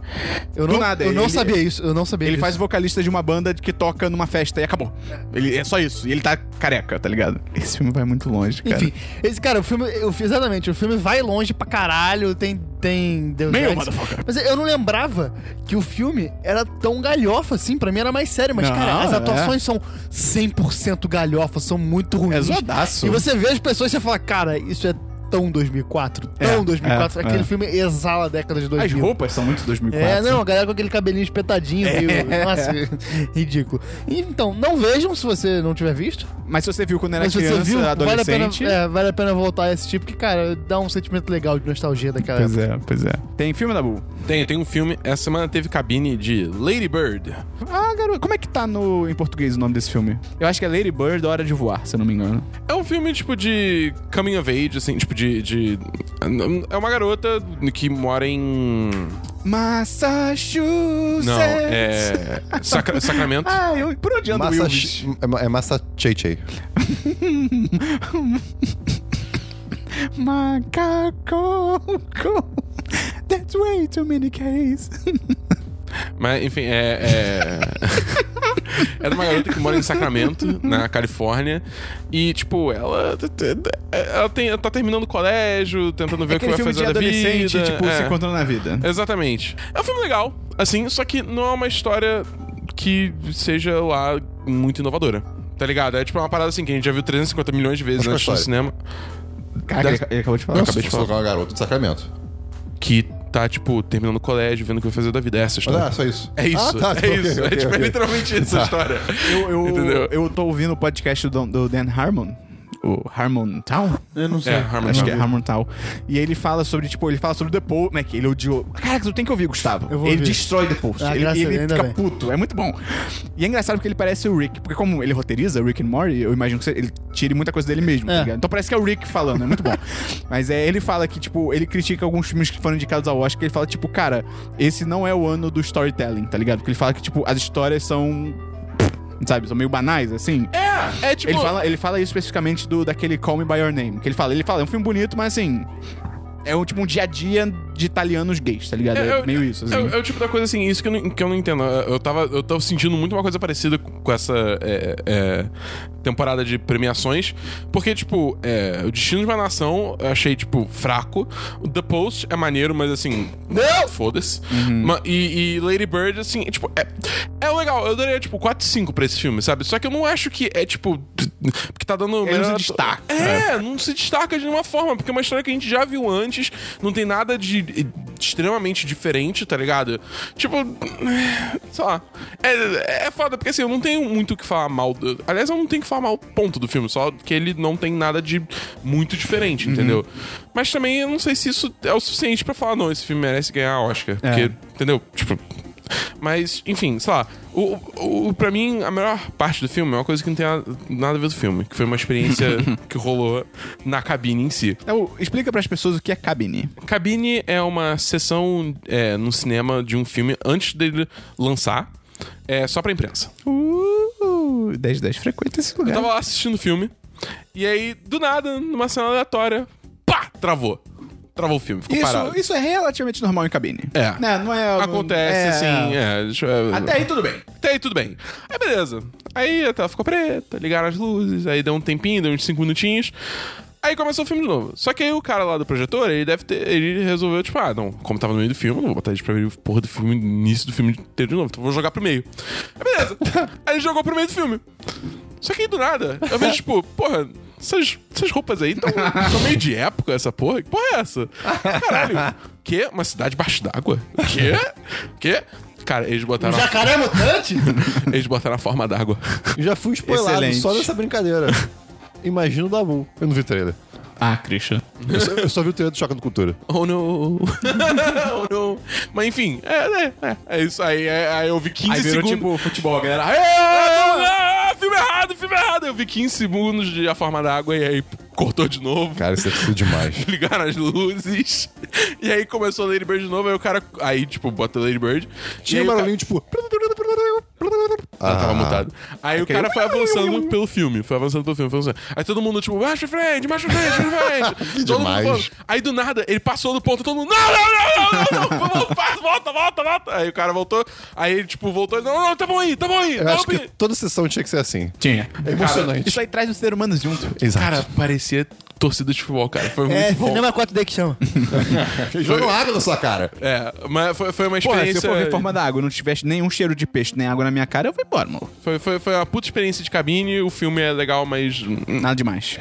Eu
Do
não,
nada,
eu não
ele-
sabia isso. Eu não sabia
Ele
disso.
faz o vocalista de uma banda que toca numa festa e acabou. Ele, é só isso. E ele tá careca, tá ligado? Esse filme vai muito longe, cara.
Enfim, esse cara, o filme, eu, exatamente, o filme vai longe pra caralho, tem tem Deus
Meu,
Ex.
motherfucker.
Mas eu não lembrava que o filme era tão galhofa assim, pra mim era mais sério, mas
Não,
cara, as
é.
atuações são 100% galhofas, são muito ruins.
É zoadaço.
E você vê as pessoas e você fala, cara, isso é tão 2004, tão
É,
2004,
é,
aquele
é.
filme exala a década de
As
2000.
roupas É. são muito 2004.
É, não, a galera com aquele cabelinho espetadinho, meio. Nossa, ridículo. Então, não vejam se você não tiver visto.
Mas se você viu quando era
Mas se
criança,
você viu, vale a, pena,
adolescente...
é, vale a pena voltar a assistir, porque, cara, dá um sentimento legal de nostalgia daquela
Pois
época.
é, pois é. Tem filme da Bull?
Tem, tem um filme. Essa semana teve cabine de Lady Bird.
Ah, garoto, como é que tá no, em português o nome desse filme? Eu acho que é Lady Bird, Hora de Voar, se eu não me engano.
É um filme, tipo, de coming of age, assim, tipo, de... de- É uma garota que mora em...
Massachusetts!
Não, é... Sacra- Sacramento.
Ah, eu, por onde anda o
Massa,
Wilvis?
é ma- é massa Chei Chei.
Macaco! That's way too many K's.
Mas, enfim, é. É, é de uma garota que mora em Sacramento, na Califórnia. E, tipo, ela. Ela, tem, ela tá terminando o colégio, tentando ver o que
Aquele
vai
filme
fazer
de
da vida.
adolescente, tipo,
é.
se encontrando na vida.
Exatamente. É um filme legal. Assim, só que não é uma história que seja lá muito inovadora. Tá ligado? É tipo uma parada assim que a gente já viu 350 milhões de vezes
Qual
antes no
história?
cinema.
Caraca, ele, ele acabou de falar.
Eu
acabei
acabei
de
de
falar.
uma garota de Sacramento.
Que tá, tipo, terminando o colégio, vendo o que vai fazer da vida. É essa a história.
Ah, só isso.
É isso,
Ah, tá,
é
ok,
isso.
ok,
é tipo,
ok. Tá.
é literalmente isso a história.
Eu, eu,
Entendeu?
eu tô ouvindo o podcast do, do Dan Harmon. O Harmon Town?
Eu não sei.
É, Harmon
Acho que é
Town.
Harmon Town. E ele fala sobre, tipo, ele fala sobre The Paul, né? Que ele odiou. Caraca, tu tem que ouvir, Gustavo.
Eu vou
ele
ouvir.
destrói The Paul.
Ah,
ele
graças a
ele
Deus, ainda
fica
bem.
puto. É muito bom. E é engraçado porque ele parece o Rick. Porque como ele roteiriza Rick and Morty, eu imagino que ele tire muita coisa dele mesmo, tá
É.
ligado? Então parece que é o Rick falando, é muito bom. Mas é, ele fala que, tipo, ele critica alguns filmes que foram indicados ao Oscar. Ele fala, tipo, cara, esse não é o ano do storytelling, tá ligado? Porque ele fala que, tipo, as histórias são... Sabe, são meio banais, assim.
É, é tipo.
Ele fala, ele fala isso especificamente do daquele Call Me By Your Name. Que ele fala, ele fala, é um filme bonito, mas assim. É um tipo um dia a dia de italianos gays, tá ligado? É,
eu-
meio isso, assim.
É, o- é o tipo da coisa assim, isso que eu não, que eu não entendo. Eu eu tava, eu tava sentindo muito uma coisa parecida com com essa é, é, temporada de premiações. Porque, tipo, é, o Destino de uma Nação eu achei, tipo, fraco. O The Post é maneiro, mas assim. Não! Foda-se. Ma- E, e Lady Bird, assim, é, tipo, é, é legal. Eu daria, tipo, 4 5 pra esse filme, sabe? Só que eu não acho que é, tipo. Porque tá dando.
Ele não se
melhor-
destaca.
é, não se destaca de nenhuma forma, porque é uma história que a gente já viu antes, não tem nada de, de extremamente diferente, tá ligado? Tipo, sei lá. É, é foda, porque assim, eu não tenho muito o que falar mal. do- Aliás, eu não tenho que falar mal ponto do filme, só que ele não tem nada de muito diferente, entendeu? Mas também eu não sei se isso é o suficiente pra falar, não, esse filme merece ganhar Oscar.
É.
Porque, entendeu? Tipo, mas, enfim, sei lá. O, o, o- pra mim, a melhor parte do filme é uma coisa que não tem nada- nada a ver do filme. Que foi uma experiência que rolou na cabine em si.
Então, explica pras pessoas o que é cabine.
Cabine é uma sessão é, no cinema de um filme antes dele lançar. É só pra imprensa.
Uh, 10 10 frequenta esse lugar.
Eu tava lá assistindo o filme. E aí, do nada, numa cena aleatória, pá! Travou. Travou o filme, ficou
isso,
parado.
isso é relativamente normal em cabine.
É.
Né, Não é.
Acontece,
é-
assim, é, deixa eu-
Até aí tudo bem.
Até Tá aí tudo bem. Aí beleza. Aí a tela ficou preta, ligaram as luzes, aí deu um tempinho, deu uns 5 minutinhos. Aí começou o filme de novo. Só que aí o cara lá do projetor, ele deve ter. Ele resolveu, tipo, ah, não, como tava no meio do filme, não vou botar eles pra ver o porra do filme, início do filme inteiro de novo, então vou jogar pro meio. Aí beleza. aí ele jogou pro meio do filme. Só que aí do nada, eu vejo, tipo, porra, essas, essas roupas aí estão meio de época, essa porra? Que porra é essa? Caralho. Quê? Uma cidade baixo d'água? Quê? Quê? Cara, é eles botaram. a-
Jacaré mutante?
eles botaram a forma d'água.
Já fui spoilado
Excelente.
só nessa brincadeira. Imagina o Dabu. Eu não vi o trailer.
Ah, Christian.
Eu só, eu só vi o trailer do Chocando Cultura.
Oh no. oh no. Mas enfim, é, é, é, é isso aí. É, aí eu vi 15
Aí virou
segundos.
tipo futebol, a galera.
"Aê, ah, filme errado, filme errado. Eu vi 15 segundos de a forma d'água e aí cortou de novo.
Cara, isso é tudo demais.
Ligaram as luzes. E aí começou a Lady Bird de novo. Aí o cara. Aí, tipo, bota a Lady Bird. e
Tinha
aí
um
o cara-
barulhinho tipo.
Ela tava
Ah.
mutado. Aí o cara foi avançando pelo filme. Foi avançando pelo filme. Foi avançando. Aí todo mundo, tipo, mais pra frente, mais pra frente, mais pra frente. todo mundo
demais.
falando. Aí do nada, ele passou do ponto, todo mundo. Não, não, não, não, não, não, não, faz, volta, volta, volta. Aí o cara voltou. Aí ele, tipo, voltou. Não, não, tá bom aí, tá bom aí.
Eu
não,
acho que
bem."
toda sessão tinha que ser assim.
Tinha.
É emocionante.
Isso aí traz o ser humano junto.
Exato.
Cara, parecia torcida de futebol, cara. Foi muito
É,
bom.
cinema 4D que chama.
jogam água na sua cara.
É, mas foi, foi uma
Porra, se eu
experiência.
for ver forma da água e não tivesse nenhum cheiro de peixe nem água na minha cara, eu vou embora, mano.
foi, foi, foi uma puta experiência de cabine. O filme é legal, mas. hum,
Nada demais.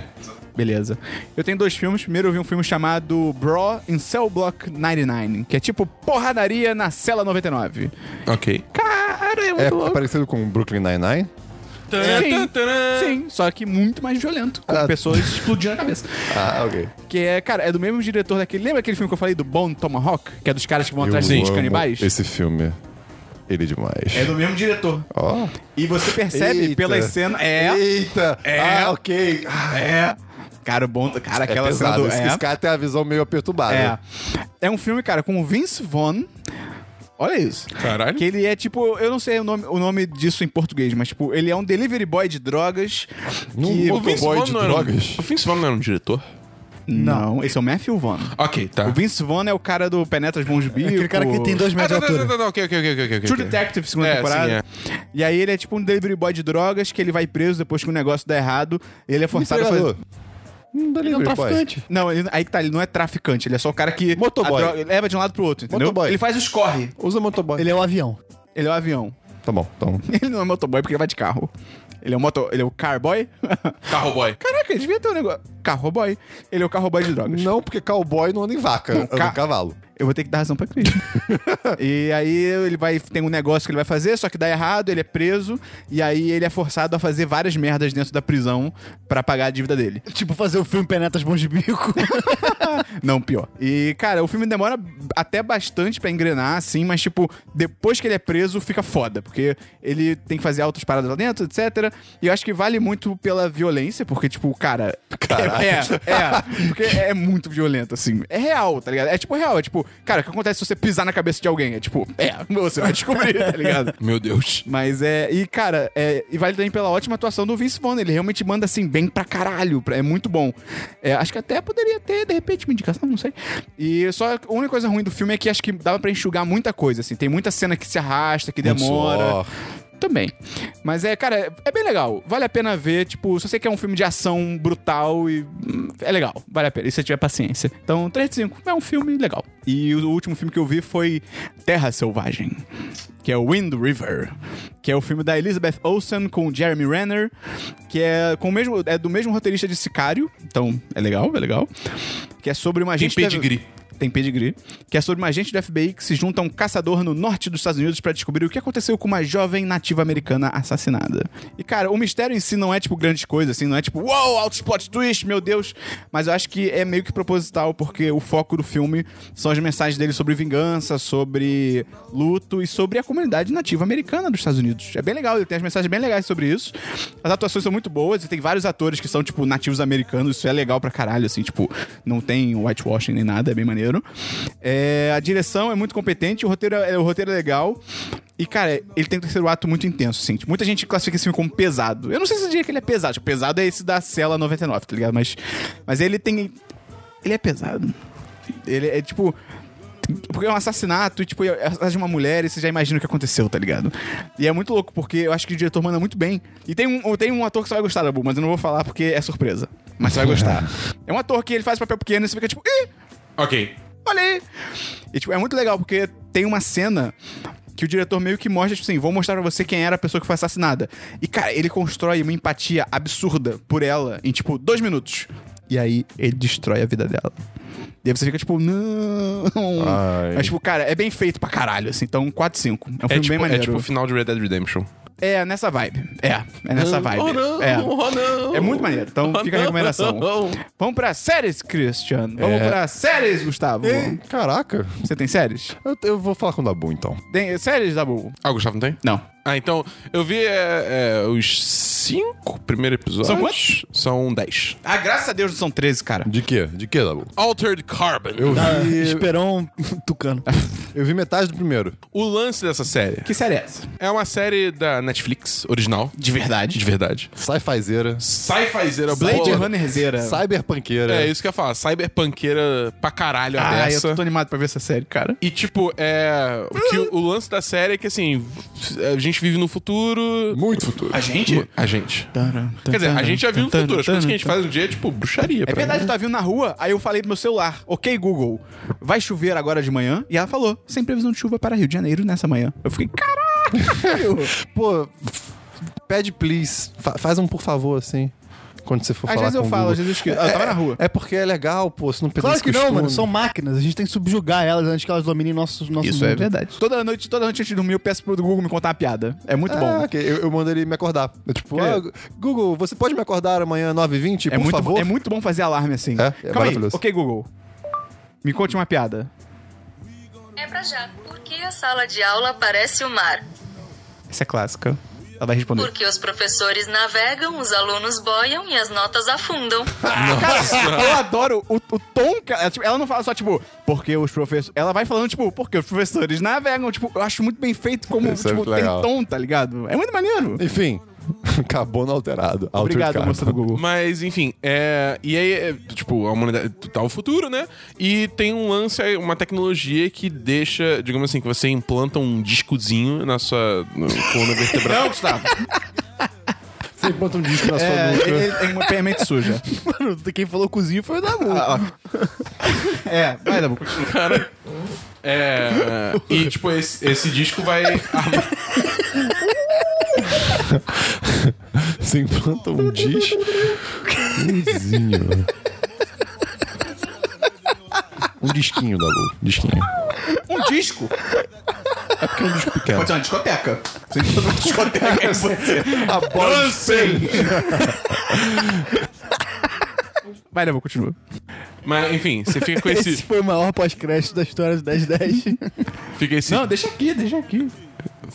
Beleza. Eu tenho dois filmes. Primeiro eu vi um filme chamado Bro in Cell Block 99, que é tipo porradaria na cela 99.
Ok.
Cara, é muito
É
louco.
parecido com Brooklyn Nine-Nine.
Sim,
Tã, tã, tã.
sim, só que muito mais violento, com
Ah.
pessoas explodindo a cabeça.
Ah, ok.
Que é, cara, é do mesmo diretor daquele... Lembra aquele filme que eu falei do Bone Tomahawk? Que é dos caras que vão atrás
Eu
dos
amo
canibais?
Esse filme. Ele é demais.
É do mesmo diretor.
Ó.
E você percebe
Eita.
pelas cenas... É,
Eita!
É.
Ah, ok. Ah,
é... Cara, o bom, cara,
É
aquela cena
pesado.
do...
Esse,
é.
esse cara tem a visão meio perturbada.
É. É um filme, cara, com o Vince Vaughn. Olha isso.
Caralho.
Que ele é tipo, eu não sei o nome, o nome disso em português, mas tipo, ele é um delivery boy de drogas. que-
o
O Vince
motoboy
Vaughn
de
não era um-
drogas.
O Vince Vaughn não era um diretor?
Não, esse é o Matthew Vaughn.
Ok, tá.
O Vince Vaughn é o cara do Penetras Bons Bico.
Aquele cara que tem dois
Ah, tá,
metros de
tá, tá,
altura.
tá, tá, ok, ok, ok, ok, ok.
True Detective, segunda
É,
temporada.
sim, é.
E aí ele é tipo um delivery boy de drogas que ele vai preso depois que o negócio dá errado. Ele é forçado a fazer.
Entregador. Não Hum, dá
Ele é um
livre, pai.
traficante.
Não, ele- aí que tá, ele não é traficante, ele é só o cara que.
Motoboy.
a droga- ele leva de um lado pro outro, entendeu?
Motoboy.
Ele faz os corre.
Usa motoboy.
Ele é o avião.
Ele é o avião.
Tá bom, então.
Ele não é motoboy porque ele vai de carro. Ele é o moto. Ele é o carboy?
Carro boy.
Caraca, ele devia ter um negócio. Carroboy. Ele é o carroboy de drogas.
Não, porque cowboy não anda em vaca, anda
ca-
em cavalo.
Eu vou ter que dar razão pra Cris. e aí ele vai. Tem um negócio que ele vai fazer, só que dá errado, ele é preso. E aí ele é forçado a fazer várias merdas dentro da prisão pra pagar a dívida dele.
Tipo, fazer o filme Penetas Bons de Bico.
Não, pior. E, cara, o filme demora até bastante pra engrenar, assim, mas, tipo, depois que ele é preso, fica foda, porque ele tem que fazer altas paradas lá dentro, etc. E eu acho que vale muito pela violência, porque, tipo, cara. É, é, é. Porque é muito violento, assim. É real, tá ligado? É tipo real. É tipo, cara, o que acontece se você pisar na cabeça de alguém? É tipo, é, você vai descobrir, tá ligado?
Meu Deus.
Mas é. E, cara, é, e vale também pela ótima atuação do Vince Vaughn. Ele realmente manda assim, bem pra caralho. pra- é muito bom. É, acho que até poderia ter, de repente, uma indicação, não sei. E só a única coisa ruim do filme é que acho que dava pra enxugar muita coisa, assim. Tem muita cena que se arrasta, que
Muito
demora.
suor.
Também. Mas é, cara, é- é bem legal. Vale a pena ver, tipo, se você quer um filme de ação brutal e. hum, É legal, vale a pena. E se você tiver paciência. Então, 3 de 5 é um filme legal. E o último filme que eu vi foi Terra Selvagem, que é Wind River, que é o filme da Elizabeth Olsen com o Jeremy Renner, que é, com o mesmo, é do mesmo roteirista de Sicário. Então, é legal, é legal. Que é sobre uma
Tem
agente. da-
pedigree.
tem pedigree, que é sobre um agente do FBI que se junta a um caçador no norte dos Estados Unidos pra descobrir o que aconteceu com uma jovem nativa americana assassinada. E cara, o mistério em si não é tipo grande coisa, assim, não é tipo, uou, alto plot twist, meu Deus, mas eu acho que é meio que proposital porque o foco do filme são as mensagens dele sobre vingança, sobre luto e sobre a comunidade nativa americana dos Estados Unidos. É bem legal, ele tem as mensagens bem legais sobre isso. As atuações são muito boas e tem vários atores que são tipo nativos americanos, isso é legal pra caralho, assim, tipo, não tem whitewashing nem nada, é bem maneiro. É, a direção é muito competente, o roteiro é, o roteiro é legal. E, cara, ele tem um terceiro ato muito intenso, assim. Tipo, muita gente classifica esse filme como pesado. Eu não sei se eu diria que ele é pesado. Tipo, pesado é esse da Cela 99, tá ligado? Mas, mas ele tem. Ele é pesado. Ele é tipo. Porque é um assassinato, e, tipo, é assassinato de uma mulher, e você já imagina o que aconteceu, tá ligado? E é muito louco, porque eu acho que o diretor manda muito bem. E tem um, tem um ator que você vai gostar, Dabu, mas eu não vou falar porque é surpresa. Mas você vai gostar. é um ator que ele faz papel pequeno e você fica tipo, ih,
Ok.
olha aí. E, tipo, é muito legal, porque tem uma cena que o diretor meio que mostra, tipo assim, vou mostrar pra você quem era a pessoa que foi assassinada. E, cara, ele constrói uma empatia absurda por ela em, tipo, dois minutos. E aí ele destrói a vida dela. E aí você fica, tipo, não.
Ai.
Mas, tipo, cara, é bem feito pra caralho, assim. Então, 4, 5. É um
É
filme
tipo,
bem
é
maneiro.
tipo o final de Red Dead Redemption.
É, nessa vibe. É, é nessa vibe.
Oh, não,
é.
oh, não.
É muito maneiro, então
Oh,
fica a recomendação.
não.
Vamos pra séries, Christian. Vamos
É.
pra séries, Gustavo.
Ei, caraca.
Você tem séries?
Eu, eu vou falar com o Dabu, então.
Tem séries, Dabu?
Ah, o Gustavo não tem?
Não.
Ah, então, eu vi é, é, os cinco primeiros episódios.
São quantos?
São dez.
Ah, graças a Deus não são 13, cara.
De quê? De quê, Dabu?
Altered Carbon.
Eu
Ah,
vi,
Esperão Tucano.
eu vi metade do primeiro.
O lance dessa série
Que série é essa?
é uma série da Netflix, original.
De verdade.
De verdade.
Sci-fizeira,
Sci-fizeira
Blade
boa.
Runnerzeira.
cyberpunkeira.
É isso que eu ia falar. Cyberpunkeira pra caralho a
Ah,
dessa.
eu tô animado pra ver essa série, cara.
E, tipo, é. Que o, o lance da série é que, assim, a gente vive no futuro.
Muito futuro.
gente?
A gente.
Tá,
Quer dizer, a gente já viu no futuro. As coisas que a gente faz no dia é, tipo, bruxaria.
É verdade, eu tava vindo na rua, aí eu falei pro meu celular, ok Google, vai chover agora de manhã? E ela falou, sem previsão de chuva para Rio de Janeiro nessa manhã. Eu fiquei, caralho!
Pô, f- pede please. Fa- faz um por favor, assim. Quando você for
às
falar
vezes eu
com o
falo, às
Google.
vezes eu esqueço. Ah, Eu tava na rua.
É porque é legal, pô. Você não perdeu
Claro
esse
que não,
costume.
mano. São máquinas. A gente tem que subjugar elas antes que elas dominem nosso, nosso mundo.
verdade. Toda noite, toda noite antes de dormir, eu peço pro Google me contar uma piada. É muito
É,
bom.
ok, Eu, eu mando ele me acordar. Eu, tipo,
Quer
ah,
dizer-
Google, você pode me acordar amanhã 9h20,
É
por
muito,
favor?
é muito bom fazer alarme assim.
É, é
Calma aí.
maravilhoso.
Ok, Google. Me conte uma piada.
É pra já. Por que a sala de aula parece o mar?
Essa é clássica. Ela vai responder.
Porque os professores navegam, os alunos boiam e as notas afundam.
Cara, eu adoro o, o tom. que ela- tipo, ela não fala só, tipo, porque os professores. Ela vai falando, tipo, porque os professores navegam. Tipo, eu acho muito bem feito como
Isso é
tipo,
muito
tem
legal.
tom, tá ligado? É muito maneiro.
Enfim, acabou no alterado. Altered
Obrigado,
Carbon.
moça do Google.
Mas, enfim, é. E aí, é, tipo, a humanidade tá o futuro, né? E tem um lance, aí, uma tecnologia que deixa, digamos assim, que você implanta um discozinho na sua no- coluna vertebral.
Não, Gustavo.
Você bota um disco na sua
É,
nuca.
ele, ele tem uma PM suja.
Mano, quem falou cozinho foi o Dabu.
É, vai, Dabu.
cara. É. E, tipo, esse, esse disco vai.
Você implanta um disco. Coisinho. Um disquinho, Dabu. Disquinho.
Um disco?
É porque é um disco pequeno.
Pode ser uma discoteca. Você encontra uma discoteca em você. A bola Vai, Dabu, continua.
Mas, enfim, você fica com
Esse
esse.
foi o maior pós-crédito da história do 1010.
Fica esse.
Não, deixa aqui, deixa aqui.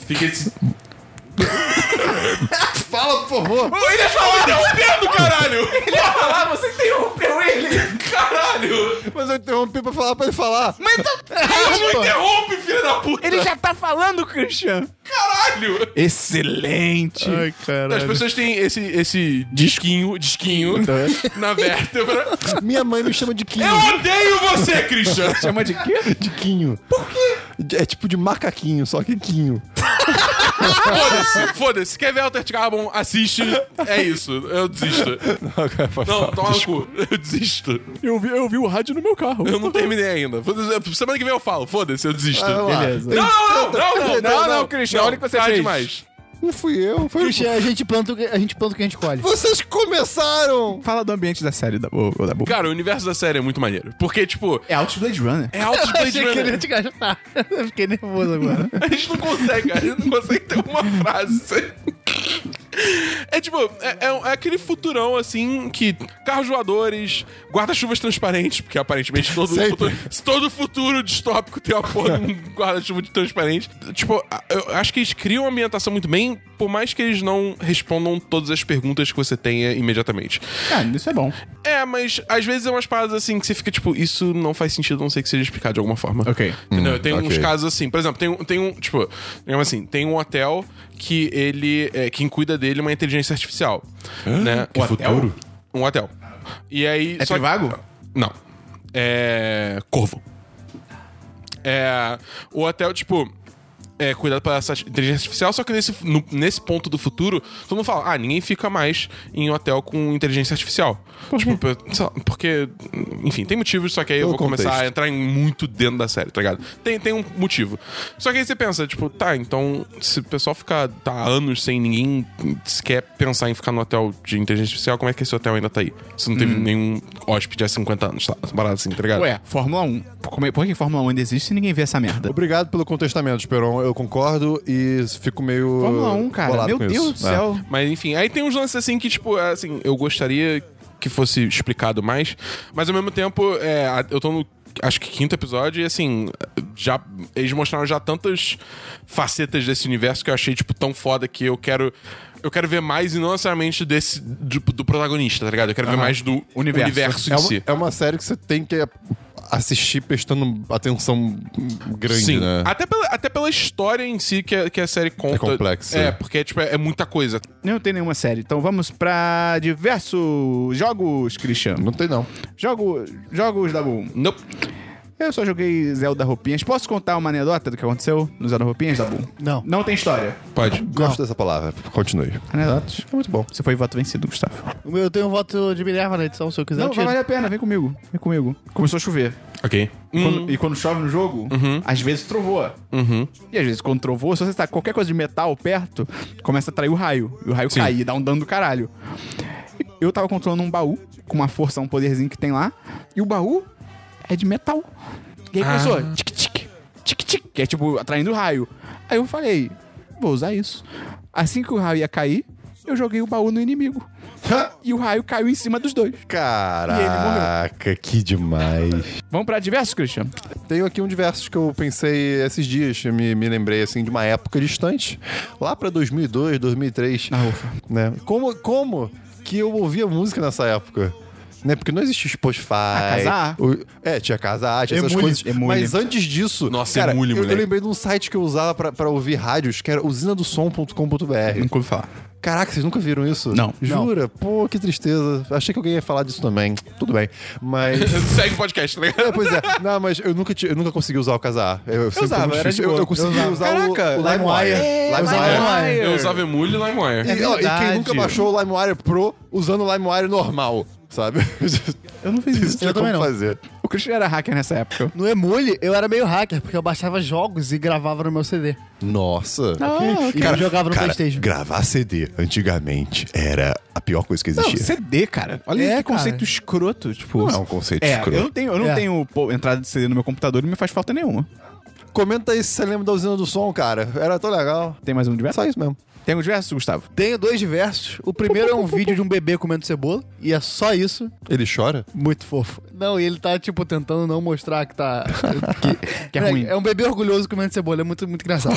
Fica esse.
Fala, por favor.
Ele é
é
ia falar interrompendo, caralho! Ele ia falar, você interrompeu ele! Caralho!
Mas eu interrompi um pra falar pra ele falar.
tipo-
Não interrompe, filho da puta!
Ele já tá falando, Christian.
Caralho!
Excelente.
Ai,
As
Né?
caralho.
pessoas têm esse, esse disquinho, disquinho
Então é.
na vértebra.
Minha mãe me chama de Quinho.
Eu odeio você, Christian!
Chama de quê?
De Quinho. Por quê? É tipo de macaquinho, só que Quinho.
Foda-se, foda-se. Quer ver Altered Carbon? Assiste. É isso. Eu desisto. Não,
um
toma no cu. Eu desisto.
Eu vi, eu vi o rádio no meu carro.
Eu não terminei ainda. Foda-se, Semana que vem eu falo. Foda-se, eu desisto. é-
Beleza.
Não, não, não, não, não,
Não, não, Christian, olha o que você
tá
fez.
demais.
Não fui eu, foi
Christian, a gente planta o que a gente, planta o que a gente colhe.
Vocês começaram!
Fala do ambiente da série, Dabu. ô, Dabu.
Cara, o universo da série é muito maneiro. Porque, tipo,
É Out Blade Runner.
é alto de Blade Runner.
te gastar. Eu fiquei nervoso agora.
A gente não consegue, cara. A gente não consegue ter uma frase. sem- É tipo, é, é um- é aquele futurão assim que carros voadores, guarda-chuvas transparentes, porque aparentemente todo
Sempre.
futuro, todo futuro distópico tem uma porra de um guarda-chuva de transparente. Tipo, a- eu acho que eles criam a ambientação muito bem, por mais que eles não respondam todas as perguntas que você tenha imediatamente.
Cara, isso é bom.
É, mas às vezes é umas paradas assim que você fica tipo, isso não faz sentido, a não sei que seja explicado de alguma forma.
Ok.
Entendeu? tem uns
ok.
casos assim, por exemplo, tem, um- tem um, tipo, digamos assim, tem um hotel que ele, é, quem cuida dele é uma inteligência artificial, né?
que futuro?
Um hotel. E aí...
É
só que-
Trivago?
Não. É... Corvo. É... O hotel, tipo... É, cuidado pela essa inteligência artificial, só que nesse, no- nesse ponto do futuro, todo mundo fala, ah, ninguém fica mais em hotel com inteligência artificial. Tipo, pe- sei lá, porque, enfim, tem motivos, só que aí eu
Pelo
vou começar
contexto.
a entrar em muito dentro da série, tá ligado? Tem, tem um motivo. Só que aí você pensa, tipo, tá, então, se o pessoal ficar tá, há anos sem ninguém sequer pensar em ficar no hotel de inteligência artificial, como é que esse hotel ainda tá aí? Se não teve nenhum hóspede há 50 anos, tá? Essa Parada assim, tá ligado?
Ué, Fórmula 1. Como é- Por que Fórmula 1 ainda existe se ninguém vê essa merda?
Obrigado pelo contestamento, Esperon. Eu concordo e fico meio.
Fórmula 1, cara.
bolado
Meu
com
Deus
isso. É.
do
É.
céu.
Mas enfim, aí tem uns lances assim que, tipo, é, assim, eu gostaria que fosse explicado mais, mas ao mesmo tempo, é, a- eu tô no. Acho que quinto episódio, e assim, já, eles mostraram já tantas facetas desse universo que eu achei, tipo, tão foda que eu quero. Eu quero ver mais e não necessariamente desse. Do, do protagonista, tá ligado? Eu quero ver mais do universo,
Universo.
em
É uma,
si.
é uma série que você tem que assistir prestando atenção grande,
Sim,
né?
até, pela, até pela história em si que a, que a série conta.
complexa.
É, porque tipo, é, é muita coisa.
Não tem nenhuma série. Então vamos pra diversos jogos, Christian.
Não tem, não.
Jogo, jogos da Boom.
Nope.
Eu só joguei Zelda Roupinhas. Posso contar uma anedota do que aconteceu no Zelda Roupinhas, Dabu?
Não.
Não tem história.
Pode.
Gosto dessa palavra. Continue.
Anedotas. É muito bom. Você foi voto vencido, Gustavo.
O meu- Eu tenho um voto de Minerva na edição, se eu quiser.
Não,
eu tiro.
vai valer a pena. Vem comigo. Vem comigo. Começou a chover.
Ok. Hum.
Quando- e quando chove no jogo, às vezes trovoa. E às vezes quando trovoa, se você tá com qualquer coisa de metal perto, começa a trair o raio. E o raio cai e dá um dano do caralho. Eu tava controlando um baú, com uma força, um poderzinho que tem lá. E o baú é de metal. E aí começou, tic-tic, tic-tic, que é tipo atraindo o raio. Aí eu falei, vou usar isso. Assim que o raio ia cair, eu joguei o baú no inimigo. E o raio caiu em cima dos dois.
Caraca, que demais.
Vamos pra diversos, Christian?
Tenho aqui um diversos que eu pensei esses dias, eu me, me lembrei assim de uma época distante, lá pra 2002, 2003,
Ah, ufa.
né? Como como que eu ouvia música nessa época? Né? Porque não existia Spotify.
casar?
o- é, tinha casar, tinha essas
Emule,
coisas.
emule.
Mas antes disso.
Nossa,
cara,
emule,
eu, eu
moleque.
lembrei de um site que eu usava pra, pra ouvir rádios, que era usinadosom.com.br.
É, Nunca ouvi falar.
Caraca, vocês nunca viram isso?
Hum. Não.
Jura? Pô, que tristeza. Achei que alguém ia falar disso também. Tudo bem. Mas.
Segue o podcast, tá ligado?
É, pois é. Não, mas eu nunca, ti- eu nunca consegui usar o casar. Eu, eu sempre
usava,
foi muito
era de
difícil. eu,
boa.
eu consegui
Eu
usar
usava.
o-
Caraca,
o LimeWire.
É,
LimeWire.
LimeWire.
Eu usava Emule e LimeWire.
E, ó, e quem
verdade.
nunca baixou o LimeWire Pro usando o LimeWire normal, sabe?
Eu não fiz isso.
tinha
também
como
não.
fazer.
O Christian era hacker nessa época.
No Emule, eu era meio hacker, porque eu baixava jogos e gravava no meu CD.
Nossa.
Ah, E eu jogava no
cara,
Playstation.
gravar CD antigamente era a pior coisa que
Não,
existia.
CD, cara. Olha
É,
que
cara.
conceito escroto, tipo.
Não é um conceito
É,
escroto.
eu não tenho, eu não
É.
tenho pô, entrada de CD no meu computador e não me faz falta nenhuma.
Comenta aí se você lembra da usina do som, cara. Era tão legal.
Tem mais um diverso?
Só isso mesmo.
Tem um diverso, Gustavo?
Tenho dois diversos. O primeiro é um vídeo de um bebê comendo cebola, e é só isso.
Ele chora?
Muito fofo. Não, e ele tá, tipo, tentando não mostrar que tá. que,
Que é ruim.
um bebê orgulhoso comendo cebola, é muito, muito engraçado.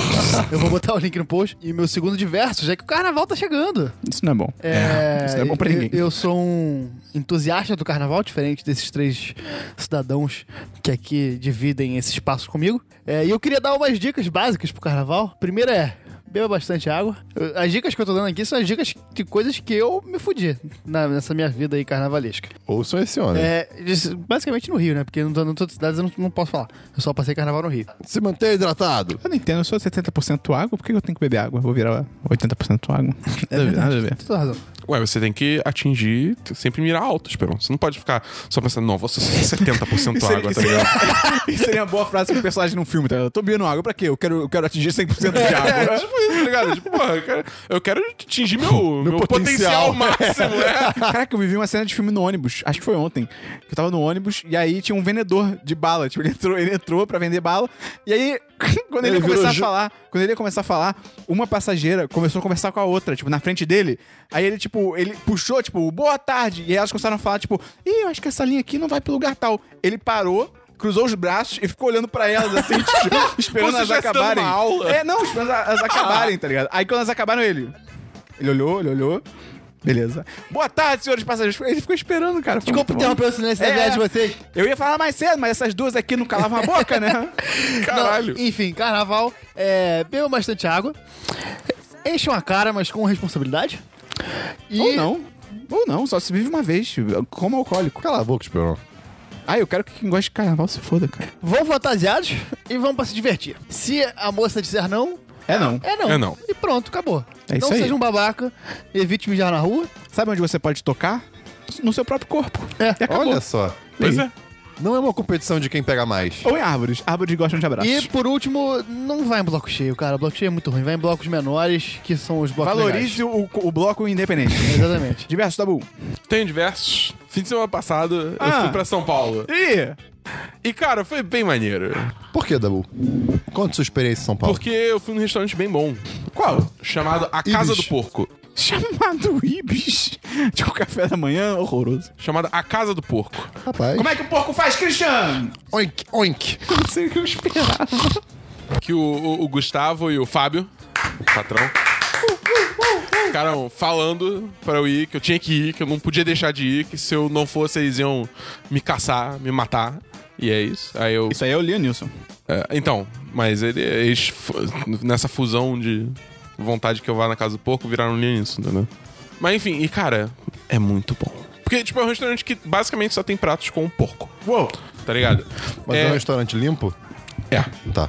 eu vou botar o link no post. E meu segundo diverso, já que o carnaval tá chegando.
Isso não é bom.
É,
Isso não é bom pra
eu-
ninguém.
Eu, sou um entusiasta do carnaval, diferente desses três cidadãos que aqui dividem esse espaço comigo. É, e eu queria dar umas dicas básicas pro carnaval. Primeira é. Beba bastante água. Eu- As dicas que eu tô dando aqui são as dicas de coisas que eu me fudi na- nessa minha vida aí carnavalesca.
Ouçam esse homem.
É, isso- basicamente no Rio, né? Porque não tô em outras cidades eu não, não posso falar. Eu só passei carnaval no Rio.
Se manter hidratado.
Eu não entendo, eu sou 70% água, por que eu tenho que beber água? Vou virar 80% água.
É
Nada a ver, nada a ver.
Tu tem razão.
Ué, você tem que atingir, sempre mirar alto, Esperão. Você não pode ficar só pensando, não, vou ser 70%
Isso
água, tá
seria-
ligado?
Isso seria uma boa frase pro personagem num filme, tá? Eu tô bebendo água, pra quê? Eu quero, eu quero atingir 100% de
É,
água.
tipo isso, tá ligado? Tipo, porra, eu quero, eu quero atingir meu, meu,
potencial.
potencial, máximo, né?
Caraca, eu vivi uma cena de filme no ônibus, acho que foi ontem. Que eu tava no ônibus e aí tinha um vendedor de bala. Tipo, ele entrou, ele entrou pra vender bala. E aí, quando ele,
Ele
ia começar
virou
a
ju-
falar, quando ele ia começar a falar, uma passageira começou a conversar com a outra, tipo, na frente dele. Aí ele, tipo, ele puxou, tipo, boa tarde. E aí elas começaram a falar, tipo, ih, eu acho que essa linha aqui não vai pro lugar tal. Ele parou. Cruzou os braços e ficou olhando pra elas assim, tipo, esperando
Como
elas
se estivesse dando
acabarem.
uma aula.
É, não, esperando elas acabarem, tá ligado? Aí quando elas acabaram, ele. Ele olhou, ele olhou. Beleza. Boa tarde, senhores passageiros. Ele ficou esperando, cara. Foi
Desculpa
muito bom.
interromper o silêncio da
É.
viagem de vocês.
Eu ia falar mais cedo, mas essas duas aqui não calavam a boca, né?
Caralho.
Não, enfim, carnaval, é, beba bastante água. Encham a cara, mas com responsabilidade. E
Ou não. Ou não, só se vive uma vez, como alcoólico.
Cala a boca, Esperon.
Ah, eu quero que quem gosta de carnaval se foda, cara.
vão fantasiados e vão pra se divertir. Se a moça disser não,
É não.
é não.
É não.
E pronto, acabou.
É
não
isso aí.
seja um babaca, evite mijar na rua.
Sabe onde você pode tocar? No seu próprio corpo.
É.
E acabou.
Olha só.
Pois é.
Não é uma competição de quem pega mais.
Ou em árvores. Árvores gostam de abraços.
E por último, não vai em bloco cheio, cara. Bloco cheio é muito ruim. Vai em blocos menores, que são os blocos
Valorize o, o bloco independente.
legais. Exatamente.
Diversos, Tabu.
Tenho diversos. Fim de semana passado,
Ah.
eu fui pra São Paulo.
Ih!
E, cara, foi bem maneiro.
Por que, Dabu? Conta sua experiência em São Paulo.
Porque eu fui num restaurante bem bom.
Qual?
Chamado A Casa
Ibis.
do Porco.
Chamado Ibis. Tipo, café da manhã, horroroso.
Chamado A Casa do Porco.
Rapaz.
Como é que o porco faz, Christian?
Oink, oink.
Não sei o que eu esperava.
que o, o- o Gustavo e o Fábio, patrão, ficaram falando pra eu ir, que eu tinha que ir, que eu não podia deixar de ir, que se eu não fosse eles iam me caçar, me matar. E é isso. Aí eu.
Isso aí é o Leonilson.
é, então, mas ele, eles, fu- nessa fusão de vontade que eu vá na casa do porco, viraram nisso, entendeu? Mas enfim, e cara, é muito bom. Porque, tipo, é um restaurante que basicamente só tem pratos com porco. Uou! Tá ligado?
Mas é, um restaurante limpo?
é, é,
Tá.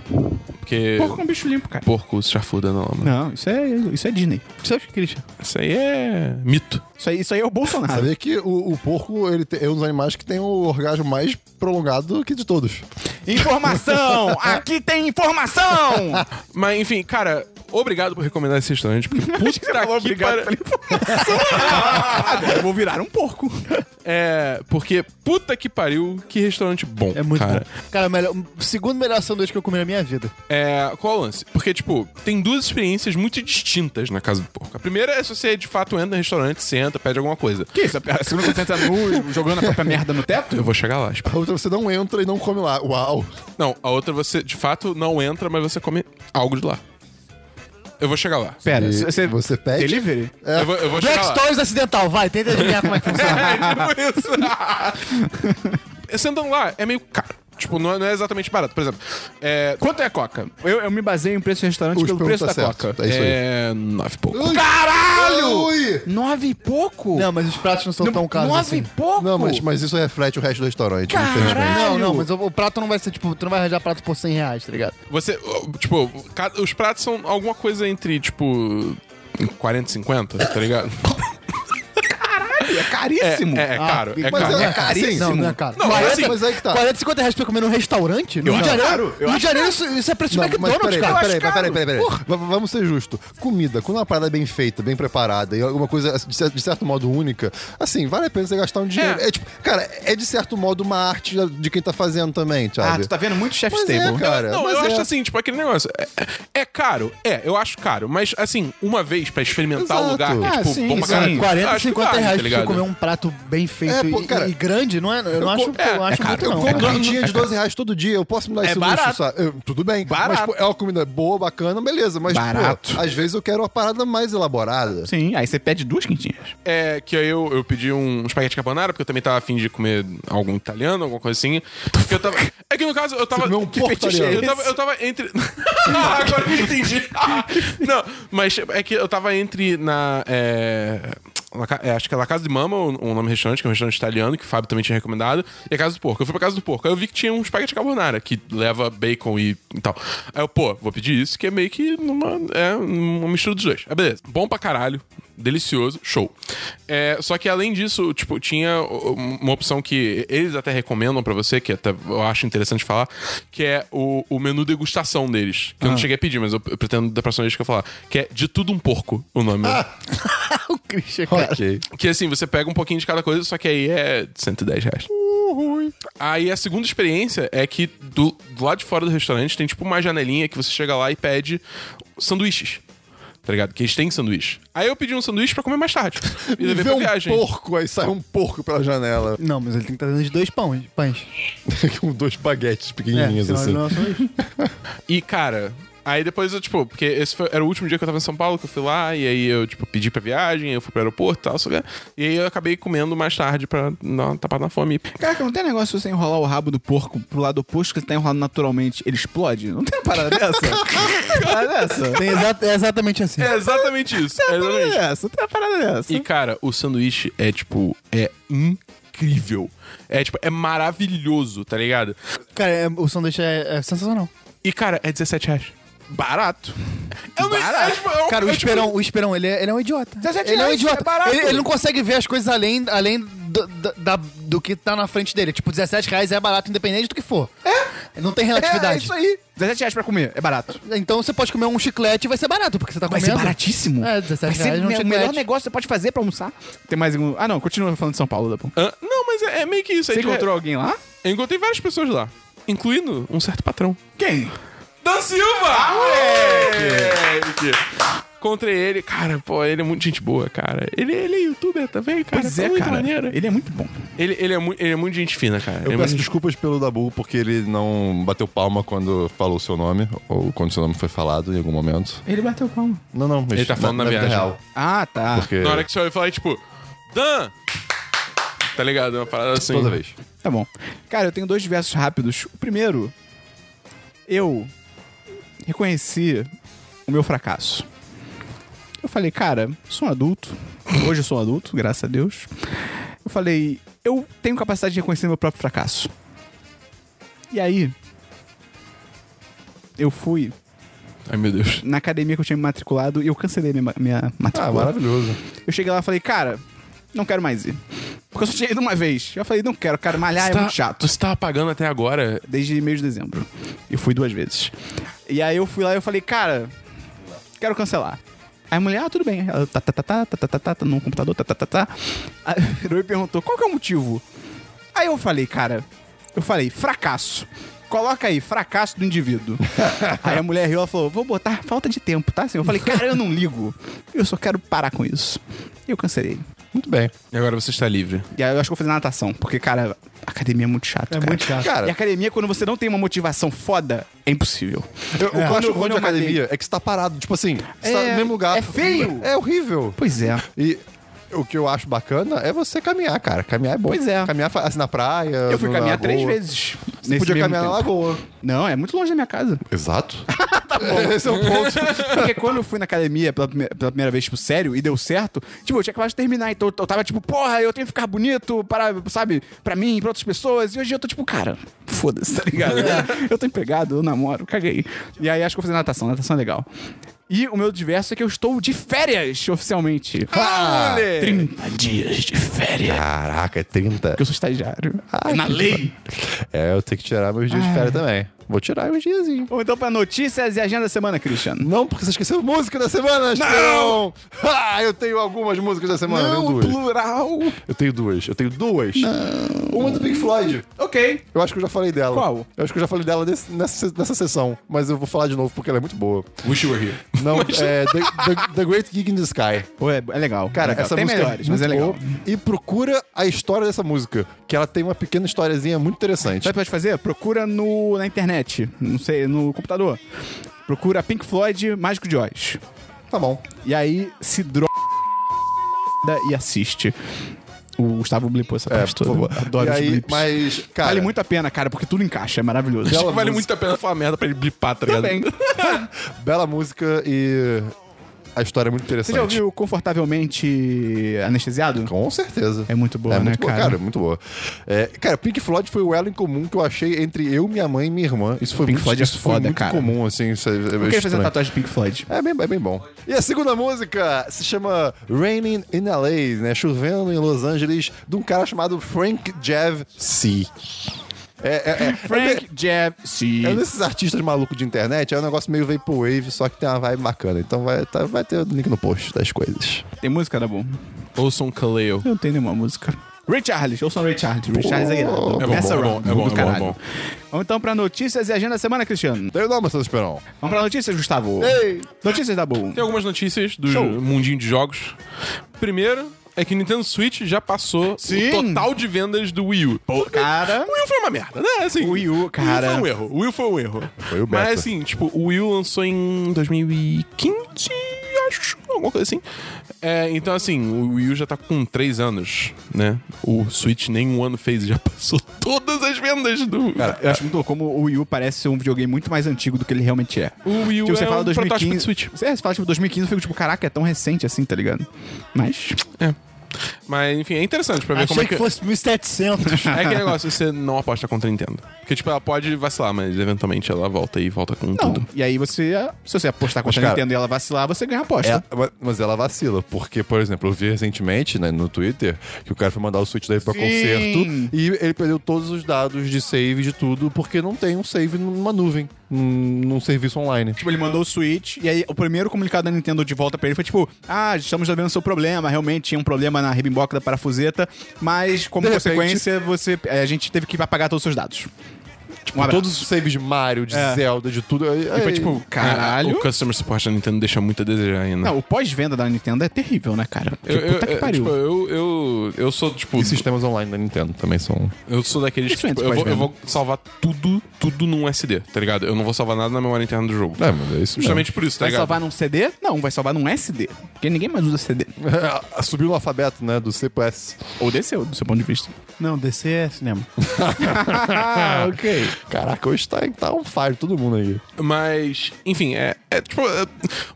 porque
Porco
porco,
é um bicho limpo, cara.
porco se chafuda não, né? mano.
Não, isso é, isso é Disney.
Isso é o que, Christian?
Isso aí é mito.
Isso aí, isso aí é o Bolsonaro.
Sabia que o, o porco ele te- é um dos animais que tem o orgasmo mais prolongado que de todos.
é? Informação! Aqui tem informação!
Mas enfim, cara, obrigado por recomendar esse restaurante, porque puta que
Obrigado pela
pariu.
informação. Agora eu vou virar um porco.
É, porque puta que pariu, que restaurante bom.
É muito
cara.
bom. Cara, o melhor, o segundo melhor sanduíche que eu comi na minha vida.
É, qual é o lance? Porque, tipo, tem duas experiências muito distintas na Casa do Porco. A primeira é se você, de fato, entra no restaurante, senta, pede alguma coisa.
Que isso? A segunda consciência nu jogando a própria merda no teto?
Eu vou chegar lá. espera.
A outra Então, você não entra e não come lá. Uau.
Não, a outra você, de fato, não entra, mas você come algo de lá. Eu vou chegar lá.
Pera,
E
você...
você pede?
Delivery?
É.
Eu vou, eu vou
Black
chegar lá.
Stories acidental, vai, tenta adivinhar como é que funciona.
É, tipo isso. Sentando lá, é meio caro. Tipo, não é, não é exatamente barato. Por exemplo, é, quanto é a coca?
Eu, eu me baseio em preço de restaurante
Os
pelo preço da
perguntas certas.
coca.
É isso aí.
É. nove e pouco.
Caralho!
Nove e pouco?
Não, mas os pratos não são
No-
tão caros
Nove
assim.
e pouco?
Tipo, Não, mas, mas isso reflete o resto do restaurante,
Caralho!
infelizmente.
Não, não, mas o, o prato não vai ser, tipo, tu não vai arranjar prato por 100 reais, tá ligado?
Você. Tipo, ca- os pratos são alguma coisa entre, tipo. 40 e 50, tá ligado?
É caríssimo.
É, é caro, é
mas
caro.
é-
É,
caríssimo.
Não, não é caro.
Não, mas assim-
mas aí que tá.
40, 50 reais pra comer num restaurante? No Rio de
acho
Janeiro, no Rio de Janeiro isso, isso é preço
Não,
de
mas
McDonald's,
peraí,
cara.
peraí,
Eu acho
peraí, peraí, peraí, peraí.
Porra.
V- v- Vamos ser justos. Comida, quando uma parada é bem feita, bem preparada e alguma coisa de cer- de certo modo única, assim, vale a pena você gastar um dinheiro.
É.
É tipo, cara, é de certo modo uma arte de quem tá fazendo também,
Ah,
sabe?
tu tá vendo muito chef
Mas é,
table.
cara.
Não,
mas
eu
é.
acho assim, tipo, aquele negócio. É, é caro? É, eu acho caro. Mas, assim, uma vez pra experimentar o
Exato.
lugar, que é,
Ah,
tipo,
sim,
bom pra
sim.
caralho.
40,
acho que
50
vale, tá
reais pra você
ligado?
comer um prato bem feito
É,
e-
pô, cara,
e, e grande, não é? Eu não acho,
é,
eu acho
é
muito
caro.
Eu
não.
É
compro
caro.
uma quentinha de 12 reais todo dia, eu posso me dar esse luxo,
barato.
sabe? Eu- tudo bem.
Barato.
Mas, pô, é uma comida boa, bacana, beleza. Mas,
Barato.
pô, às vezes eu quero uma parada mais elaborada.
Sim, aí você pede duas quintinhas.
É, que aí eu, eu pedi um espaguete carbonara, porque eu também tava afim de comer algum italiano, alguma coisa assim. Porque eu tava. É que no caso eu tava.
Você comeu um
que
porco
fetiche é
italiano?
eu, tava, eu tava entre. Ah, Agora eu entendi. Não, mas é que eu tava entre na. é, La Ca- é, acho que é La Casa de Mama, o o nome do restaurante, que é um restaurante italiano, que o Fábio também tinha recomendado, e a Casa do Porco. Eu fui pra Casa do Porco. Aí eu vi que tinha um espaguete carbonara, que leva bacon e, e tal. Aí eu, pô, vou pedir isso, que é meio que numa, é, uma mistura dos dois. Aí beleza. Bom pra caralho, delicioso, show. É, só que além disso, tipo, tinha um- uma opção que eles até recomendam pra você, que até eu acho interessante falar, que é o, o menu degustação deles. Que eu não cheguei a pedir, mas eu, eu pretendo da próxima vez que eu falar. Que é De Tudo Um Porco, o nome.
O Christian, cara.
Que assim, você pega um pouquinho de cada coisa, só que aí é 110 reais. Aí a segunda experiência é que do, do lado de fora do restaurante tem tipo uma janelinha que você chega lá e pede sanduíches. Tá ligado? Que eles têm sanduíche. Aí eu pedi um sanduíche pra comer mais tarde. E
E
levei
vê
pra
um
viagem.
porco, aí sai um porco pela janela.
Não, mas ele tem que estar dentro de dois pães. pães.
com dois baguetes
É,
pequenininhos,
senão ele
assim.
não é um sanduíche.
E, cara, aí depois eu, tipo, porque esse foi- era o último dia que eu tava em São Paulo, que eu fui lá, e aí eu, tipo, pedi pra viagem, eu fui pro aeroporto e tal, só que- E aí eu acabei comendo mais tarde pra dar uma tapada na fome.
Caraca, não tem negócio você enrolar o rabo do porco pro lado oposto que tá enrolado naturalmente, ele explode? Não tem uma parada dessa? Não tem uma parada dessa?
Tem exa- é exatamente assim.
É exatamente isso. É
Tem uma parada
exatamente.
dessa? Tem uma parada dessa?
E, cara, o sanduíche é, tipo, é incrível. É, tipo, é maravilhoso, tá ligado?
Cara, é- o sanduíche é, é sensacional.
E, cara, é 17 reais. Barato. Eu não é, tipo, é um-
Cara, o
é, tipo,
Esperão, o Esperão, ele é, ele é um idiota.
17
Ele é um
reais,
idiota.
é barato.
ele, ele não consegue ver as coisas além, além do, do- da- do que tá na frente dele. Tipo, 17 reais é barato, independente do que for. É? Não tem
é, é
relatividade.
isso aí. 17 reais pra comer, é barato.
então você pode comer um chiclete e vai ser barato, porque você tá
Vai
comendo.
ser baratíssimo.
É, 17
Vai ser
reais num
me- o
chiclete.
melhor negócio que você pode fazer pra almoçar. Tem mais algum... Ah, não, continua falando de São Paulo, Dapão.
ah, Não, mas é, é meio que isso. aí
Você
de-
encontrou alguém lá?
Eu encontrei várias pessoas lá. Incluindo um certo patrão.
Quem?
Dan Silva! Ah, moleque! Encontrei ele. Cara, pô, ele é muito gente boa, cara. Ele, ele é youtuber também, cara.
Pois
Tá
é,
muito
cara.
maneiro. Ele,
Ele é muito bom.
ele, é mu- ele é muito gente fina, cara. Ele é
Eu
muito
peço
gente
desculpas pelo Dabu, porque ele não bateu palma quando falou o seu nome, ou quando seu nome foi falado em algum momento.
Ele bateu palma.
Não, não, mas
Ele tá falando na
vida
viagem.
real.
Ah, tá.
Porque
Na hora que você olha e fala, tipo, Dan! Tá ligado? É Uma parada assim.
toda vez.
Tá bom. Cara, eu tenho dois versos rápidos. O primeiro, eu reconheci o meu fracasso. Eu falei, cara, sou um adulto. Hoje eu sou um adulto, graças a Deus. Eu falei, eu tenho capacidade de reconhecer meu próprio fracasso. E aí, eu fui
Ai, meu Deus.
na academia que eu tinha me matriculado e eu cancelei minha, ma- minha matrícula.
Ah, maravilhoso.
Eu cheguei lá e falei, cara, não quero mais ir. Porque eu só tinha ido uma vez. Eu falei, não quero, cara, malhar é
Tá-
muito chato.
Você tava pagando até agora.
desde meio de dezembro. E fui duas vezes. E aí eu fui lá e eu falei, cara, quero cancelar. Aí a mulher, ah, tudo bem. Ela, tá, tá, tá, tá, tá, tá, tá, tá, tá, no computador, tá, tá, tá, tá. Aí virou e perguntou, qual que é o motivo? Aí eu falei, cara, eu falei, fracasso. Coloca aí, fracasso do indivíduo. aí a mulher riu, ela falou, vou botar falta de tempo, tá, senhor? Eu falei, cara, eu não ligo. Eu só quero parar com isso. E eu cancelei.
Muito bem.
E agora você está livre.
E aí eu acho que eu vou fazer natação, porque, cara, academia é muito chato,
É
cara.
muito chato.
E
Cara,
academia, quando você não tem uma motivação foda, é impossível.
eu, o que eu acho
Quando-
ruim
quando
de
É. eu malhei-
academia é que você tá parado. Tipo assim, você tá
É-
no mesmo lugar.
é feio.
É horrível.
Pois é.
E O que eu acho bacana é você caminhar, cara. Caminhar é bom.
Pois é.
Caminhar fa- assim, na praia.
Eu fui
na
caminhar
lagoa.
três vezes.
Você podia caminhar na
lá
lagoa.
Não, é muito longe da minha casa.
Exato. Esse é o ponto.
Porque quando eu fui na academia pela, prime- pela primeira vez, tipo, sério, e deu certo, tipo, eu tinha acabado de terminar. Então eu- eu tava tipo, porra, eu tenho que ficar bonito para, sabe, pra mim, pra outras pessoas. E hoje eu tô tipo, cara, foda-se, tá ligado? eu tô empregado, eu namoro, caguei. E aí acho que eu vou fazer natação, natação é legal. E o meu diverso é que eu estou de férias, oficialmente.
Ah,
30 dias de férias.
Caraca, é 30.
Porque eu sou estagiário. é na lei.
É, eu tenho que tirar meus dias de férias também. Vou tirar meus diazinhos.
Ou então pra notícias e agenda da semana, Cristiano.
Não, porque você esqueceu música da semana, Não! Ah, eu tenho algumas músicas da semana. eu tenho duas.
plural.
Eu tenho duas. Eu tenho duas. Uma do Pink Floyd.
Ok.
Eu acho que eu já falei dela.
Qual?
Eu acho que eu já falei dela nesse- nessa, nessa sessão. Mas eu vou falar de novo porque ela é muito boa.
Wish You Were Here.
Não, é The, The- The Great Gig in the Sky.
Ué, é legal.
Cara,
legal.
essa
Tem
música
melhores,
é
mas
muito
é legal.
boa. E procura a história dessa música, que ela tem uma pequena historiazinha muito interessante.
Sabe o que pode fazer? Procura no, na internet, não sei, no computador. Procura Pink Floyd Mágico de Oz.
Tá bom.
E aí se droga e assiste. O Gustavo blipou essa
É,
parte
por
toda.
favor.
Adoro
e
os
aí,
blips.
mas, cara...
Vale muito a pena, cara, porque tudo encaixa, é maravilhoso.
Bela
Vale
música.
muito a pena falar merda pra ele blipar, tá ligado?
Também.
Bela música e a história é muito
Você
interessante.
já ouviu Confortavelmente Anestesiado?
Com certeza.
É muito boa,
é
né,
muito boa,
cara?
cara? é muito boa. É, cara, Pink Floyd foi o elo em comum que eu achei entre eu, minha mãe e minha irmã. Isso foi
Pink
muito,
Floyd é
isso foi
foda,
muito
cara.
comum, assim. Isso é, é
Eu queria fazer uma
estranho.
tatuagem de Pink Floyd.
É bem, é bem bom. E a segunda música se chama Raining in LA, né? Chovendo em Los Angeles, de um cara chamado Frank Jav C. É, é, é.
Frank Jeb C.
É um desses artistas malucos de internet, é um negócio meio vaporwave, só que tem uma vibe bacana. Então vai, tá- vai ter o link no post das coisas.
Tem música, tá bom?
Ouçam um Kaleo.
Eu não tenho nenhuma música. Ray Charles, ouçam Ray Charles. Ray Charles é irado.
É bom,
Mess
bom, é bom,
around,
é bom,
do
é bom,
caralho.
é bom.
Vamos então pra notícias e agenda da semana, Cristiano.
Deu nome, Santos Esperão.
Vamos pra notícias, Gustavo. Notícias da Boom.
Tem algumas notícias do
Show.
mundinho de jogos. Primeiro é que Nintendo Switch já passou
Sim.
o total de vendas do Wii U.
Pô, cara.
O Will foi uma merda, né? Assim,
O Wii U, cara.
O Will foi um erro. O Will foi um erro.
Foi o beta.
Mas assim, tipo, o Will lançou em 2015, acho, alguma coisa assim. É, então, assim, o Will já tá com 3 anos, né? O Switch nem um ano fez e já passou todas as vendas do.
Cara, eu acho muito louco como o Wii U parece ser um videogame muito mais antigo do que ele realmente é.
O Wii U
Tipo, você
é
fala
um
2015,
protótipo de Switch.
Você, você fala tipo 2015, eu fico tipo, caraca, é tão recente assim, tá ligado? Mas.
É. Mas, enfim, é interessante pra ver como
Achei
é
que
que.
fosse 1700.
É aquele negócio, você não aposta contra a Nintendo. Porque, tipo, ela pode vacilar, mas eventualmente ela volta e volta com
Não.
tudo.
E aí você. Se você apostar contra a
cara-
Nintendo e ela vacilar, você ganha a aposta.
É, ma- mas ela vacila, porque, por exemplo, eu vi recentemente né, no Twitter que o cara foi mandar o Switch daí pra conserto e ele perdeu todos os dados de save de tudo porque não tem um save numa nuvem, num, num serviço online.
Tipo, ele mandou o Switch, e aí o primeiro comunicado da Nintendo de volta pra ele foi tipo: Ah, estamos resolvendo o seu problema. Realmente tinha um problema na rebimboca da parafuseta, mas como
De
consequência, você, é, a gente teve que apagar todos os seus dados. Tipo, um abraço.
todos os saves de Mario, de
É.
Zelda, de tudo. Aí,
E foi
aí-
tipo,
É,
caralho.
O customer support da Nintendo deixa muito a desejar ainda.
Não, o pós-venda da Nintendo é terrível, né, cara? Porque
Eu, eu,
puta que
eu-
pariu.
tipo, eu, eu, eu sou, tipo,
E sistemas online da Nintendo também são.
eu sou daqueles
Isso
que, tipo,
entra
eu vou, eu
pós-venda.
vou salvar tudo, tudo num SD, tá ligado? Eu não vou salvar nada na memória interna do jogo.
É, mas é isso.
Justamente por isso, tá
vai
ligado?
salvar num CD? Não, vai salvar num SD. Porque ninguém mais usa CD.
mesmo. Subiu no alfabeto, né? Do C pro S.
Ou desceu, do seu ponto de vista.
Não, DC é cinema.
Ah, ok.
Caraca, hoje tá, tá um fire todo mundo aí.
Mas, enfim, é, é, tipo, é,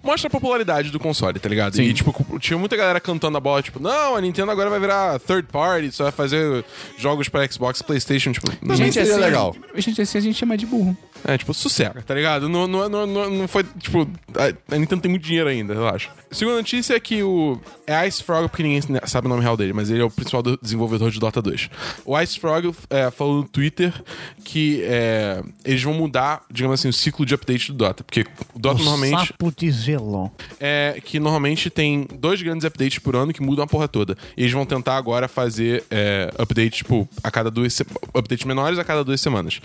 mostra a popularidade do console, tá ligado? E, tipo, cu- tinha muita galera cantando a bola, tipo, não, a Nintendo agora vai virar third party, só vai fazer jogos pra Xbox, Playstation, tipo... não-
Gente, seria legal.
assim, Gente, assim a gente chama de burro.
É, tipo, sossega, tá ligado? Não, não, não, não, não foi, tipo, a- a Nintendo tem muito dinheiro ainda, relaxa. Segunda notícia é que o. É Ice Frog, porque ninguém sabe o nome real dele, mas ele é o principal do- desenvolvedor de Dota 2. O Ice Frog é, falou no Twitter que é, eles vão mudar, digamos assim, o ciclo de update do Dota. Porque o Dota normalmente
Sapo de gelon.
é que normalmente tem dois grandes updates por ano que mudam a porra toda. E eles vão tentar agora fazer é, updates, tipo, a cada duas se- updates menores a cada duas semanas.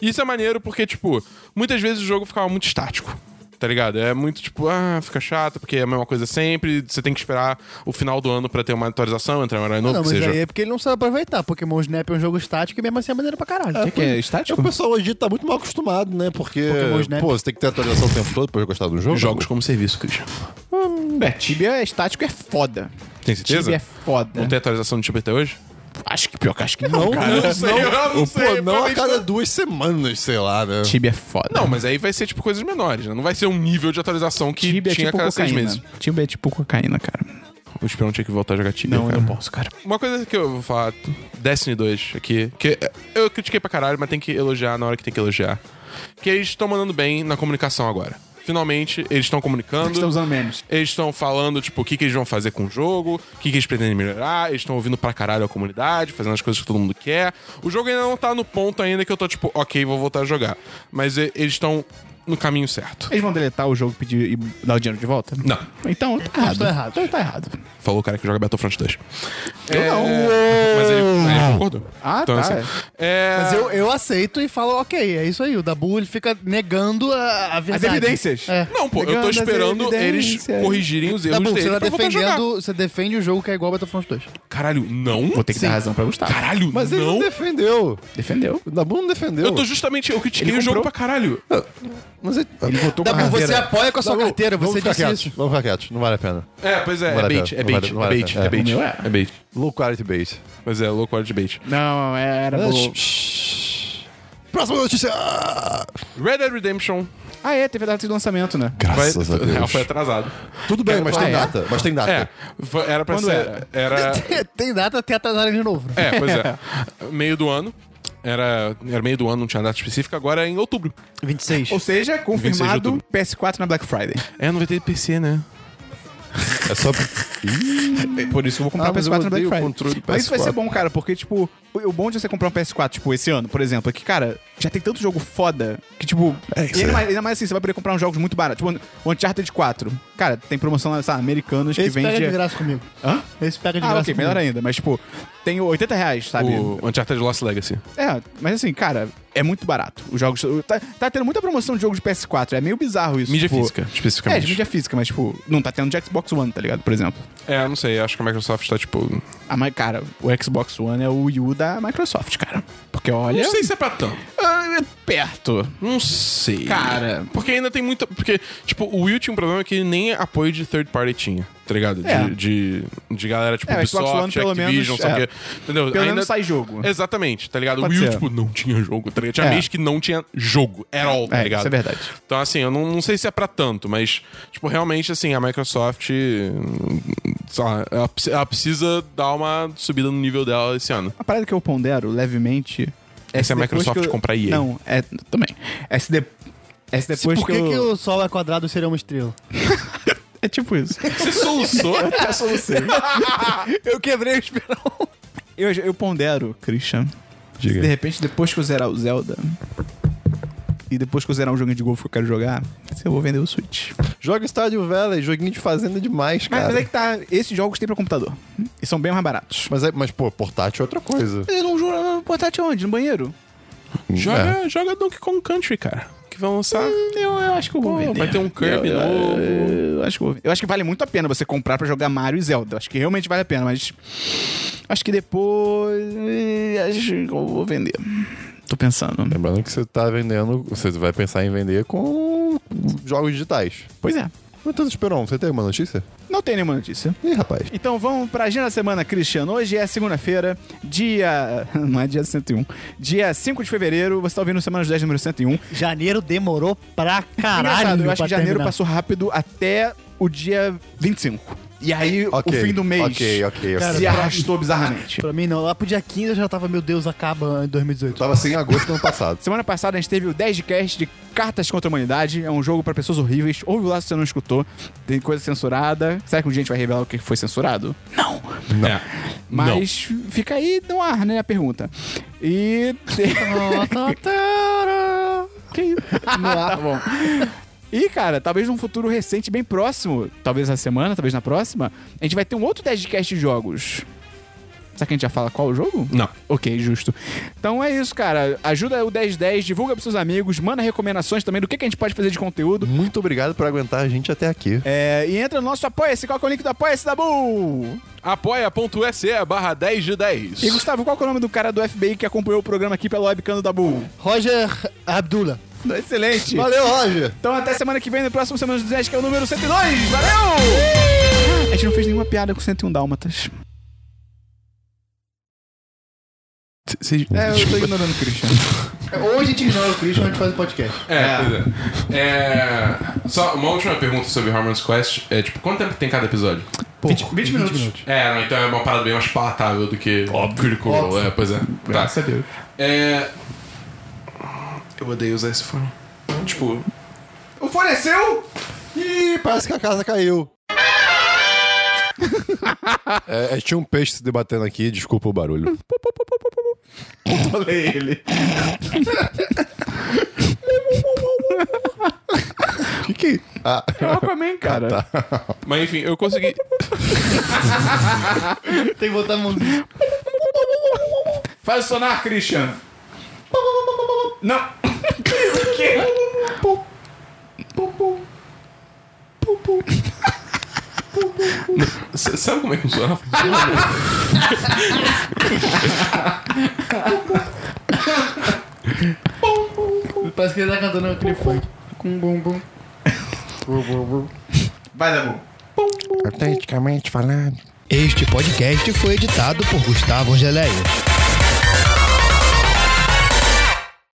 E isso é maneiro porque, tipo, muitas vezes o jogo ficava muito estático. tá ligado? É muito tipo, ah, fica chato, porque é a mesma coisa sempre. Você tem que esperar o final do ano pra ter uma atualização, entrar um herói novo,
Não,
que
mas
seja.
aí é porque ele não sabe aproveitar. Pokémon Snap é um jogo estático e mesmo assim é maneiro pra caralho.
É que é estático?
O pessoal hoje tá muito mal acostumado, né? Porque,
Pokémon Snap.
pô, você tem que ter atualização o tempo todo pra gostar do jogo.
Jogos como serviço, Christian.
Hum, É, Tibia é estático é foda.
Tem certeza?
Tibia é foda.
Não tem atualização do Tibia até hoje?
Acho que pior que acho que não.
Não,
cara, eu não sei, eu não
pô,
sei,
não a
provavelmente
cada
não.
duas semanas, sei lá, né?
Tibia é foda.
Não, mas aí vai ser tipo coisas menores, né? Não vai ser um nível de atualização que
Tibia é
tinha
tipo
a cada seis
cocaína.
meses.
Tibia é tipo cocaína, cara.
O Esperão tinha que voltar a jogar Tibia.
Não, eu
cara.
não posso, cara.
Uma coisa que eu vou falar, Destiny 2 aqui, que eu critiquei pra caralho, mas tem que elogiar na hora que tem que elogiar. Que eles estão mandando bem na comunicação agora. Finalmente, eles estão comunicando.
Estão usando menos.
Eles estão falando, tipo, o que, que eles vão fazer com o jogo, o que, que eles pretendem melhorar, eles estão ouvindo pra caralho a comunidade, fazendo as coisas que todo mundo quer. O jogo ainda não tá no ponto ainda que eu tô, tipo, ok, vou voltar a jogar. Mas e- eles estão no caminho certo.
Eles vão deletar o jogo e pedir e dar o dinheiro de volta?
Não.
Então tá errado.
tá errado.
Então tá errado.
Falou o cara que joga Battlefront 2.
Eu não.
Mas ele, ele concordou. Então,
Ah, tá.
é...
Mas eu, eu aceito e falo, ok, é isso aí. O Dabu ele fica negando a, a
As
verdade.
evidências.
É.
Não, pô, eu
Pegando
tô
as
esperando eles
evidências.
corrigirem os erros
Dabu,
dele
você tá
pra voltar a jogar.
defendendo. Você defende o jogo que é igual ao Battlefront 2.
Caralho, não?
Vou ter que
Sim.
dar razão pra Gustavo.
Caralho,
Mas ele não
não?
defendeu.
Defendeu.
O Dabu não defendeu.
Eu tô justamente... Eu critiquei
Ele
o jogo
comprou.
pra caralho.
Mas ele...
Ele botou uma
Dabu, você
rasteira.
apoia com a sua
Dabu,
carteira,
vamos
você
ficar
disse
quietos,
isso.
Vamos ficar quietos, não vale a pena.
É, pois é,
Vale
é
a
bait,
pena,
é
não vale a
bait,
pena,
é
vale a
bait,
pena.
é bait,
O meu é.
é bait.
Low quality bait.
Pois é, louco hora de bait.
Não, era bom.
Próxima notícia!
Red Dead Redemption
Ah, é, teve a data de lançamento, né?
Graças
vai...
a Deus.
Ela foi atrasado.
Tudo bem, mas
Ah,
tem
é?
data. Mas tem
É,
data.
foi- era pra
Quando
ser... Era...
Tem data até atrasarem de novo.
É, pois é. Meio do ano. Era, era meio do ano, não tinha data específica. Agora é em outubro.
26.
Ou seja,
26 de
confirmado
outubro.
PS4 na Black Friday.
É, não vai ter PC, né?
É só...
Por isso eu vou comprar
Ah,
um
mas eu
PS4 na Black
odeio o
Friday.
controle do
Mas isso vai ser
PS4.
bom, cara, porque, tipo, o o bom de você comprar um PS4, tipo, esse ano, por exemplo, é que, cara, já tem tanto jogo foda que, tipo.
É isso
e ainda
aí.
mais, ainda mais assim, você vai poder comprar uns jogos muito baratos. Tipo, o Uncharted 4. Cara, tem promoção, sabe, americanas que
Esse
vende.
pega de graça comigo.
Hã?
Esse pega de
Ah,
graça
ok,
comigo.
melhor ainda. Mas, tipo, tem 80 reais, sabe?
O Uncharted Lost Legacy.
É, mas assim, cara, é muito barato. Os jogos. Tá, tá tendo muita promoção de jogos de PS4. É meio bizarro isso.
Mídia
tipo-
física,
É,
especificamente.
de mídia física, mas, tipo, não tá tendo de Xbox One, tá ligado? Por exemplo.
É, não sei, acho que a Microsoft tá tipo.
Ah, mas, cara, o Xbox One é o Wii U da Microsoft, cara. Porque olha.
Não sei se é pra tanto.
Ah, é perto.
Não sei.
Cara.
Porque ainda tem muita. Porque, tipo, o Will tinha um problema que nem apoio de third party tinha, tá ligado? De,
É.
de, de galera tipo
É, o Xbox
Ubisoft,
One, pelo
Activision,
menos,
sabe
é.
o quê? Entendeu?
Pelo
ainda...
menos sai jogo.
Exatamente, tá ligado?
Pode
o Will,
ser.
tipo, não tinha jogo, tá ligado? Tinha
É.
mês que não tinha jogo, at all, tá
É,
ligado?
isso é verdade.
Então, assim, eu não, não sei se é pra tanto, mas, tipo, realmente, assim, a Microsoft, sei lá, ela, pre- ela precisa dar uma subida no nível dela esse ano.
A parada que eu pondero levemente.
É se a
depois
Microsoft
que eu-
comprar a EA.
Não, é. Também. É se, de... é se
Se-
depois
Por
que,
que,
eu...
que o Sol é quadrado seria uma estrela?
É tipo isso.
Você soluçou?
Eu quebrei o esperão.
eu, eu pondero, Christian. Se de
Diga.
repente, depois que eu zerar o Zelda. E depois que eu zerar um joguinho de golfe que eu quero jogar, se eu vou vender o Switch.
Joga Stardew Valley, joguinho de fazenda é demais,
Mas,
cara.
mas é que tá. Esses jogos tem pra computador. E são bem mais baratos.
Mas, pô, portátil é outra coisa.
Eu não juro portátil onde? No banheiro?
É.
Joga, joga Donkey Kong Country, cara. Que vão lançar.
Eu, eu acho que eu vou
Pô,
vender.
vai ter um Kirby
eu, eu-
novo.
eu acho que eu vou vender. Eu acho que vale muito a pena você comprar pra jogar Mario e Zelda. Eu acho que realmente vale a pena, mas. Acho que depois. eh, Acho que eu vou vender. Tô pensando.
Lembrando que você tá vendendo, você vai pensar em vender com jogos digitais.
Pois é.
Então, Esperon, você tem alguma notícia?
Não tem nenhuma notícia.
Ih, rapaz.
Então vamos pra agenda da semana, Cristiano. Hoje é segunda-feira, dia. Não é dia 101. Dia 5 de fevereiro. Você tá ouvindo Semana dos 10, número 101.
Janeiro demorou pra caralho.
Engraçado, eu acho
pra
que janeiro
terminar.
passou rápido até o dia 25. E aí,
Ok,
o fim do mês
Ok, ok, ok.
Cara,
se arrastou bizarramente.
Pra mim não. Lá pro dia 15 eu já tava, meu Deus, acaba em 2018.
Tá
Tava assim em agosto do ano passado.
Semana passada a gente teve o 10 de cast de Cartas contra a Humanidade. É um jogo pra pessoas horríveis. Ouve lá se você não escutou. Tem coisa censurada. Será que um dia a gente vai revelar o que foi censurado? Não.
Não.
Mas fica aí no ar, né, a pergunta. E... que isso? tá bom. E, cara, talvez num futuro recente bem próximo, talvez na semana, talvez na próxima, a gente vai ter um outro 10 de cast de jogos. Será que a gente já fala qual o jogo?
Não.
Ok, justo. Então é isso, cara. Ajuda o 1010, divulga pros seus amigos, manda recomendações também do que, que a gente pode fazer de conteúdo.
Muito obrigado por aguentar a gente até aqui.
É, e entra no nosso Apoia-se. Qual que é o link do Apoia-se, Dabu?
Apoia.se barra 10 de 10.
E, Gustavo, qual que é o nome do cara do FBI que acompanhou o programa aqui pela webcam do Dabu?
Roger Abdullah.
Excelente.
Valeu, Roger!
Então até semana que vem, no próximo Semana dos 10, que é o número 102. Valeu! A gente não fez nenhuma piada com 101 Dálmatas. É, eu tô ignorando o Christian.
Ou a gente ignora o Christian ou a gente faz o podcast.
É, pois é. é. Só uma última pergunta sobre Harmon's Quest. É tipo, quanto tempo tem cada episódio?
20, 20 minutos.
É, não, então é uma parada bem mais palatável do que Critical Role. É, pois é. Tá.
Graças a Deus.
É. Eu odeio usar esse fone. Tipo.
O fone é seu?
Ih, parece que a casa caiu. é, é, tinha um peixe se debatendo aqui, desculpa o barulho.
Falei ele.
O que que. Ah,
É o Aquaman, cara.
Mas enfim, eu consegui.
Tem que botar a mão.
Faz o sonar, Christian. Não. o quê?
S- Sabe como é que funciona?
Parece que ele tá cantando aquele funk. Com bum bum.
Vai, Dabu.
Autenticamente falando.
Este podcast foi editado por Gustavo Angeléia.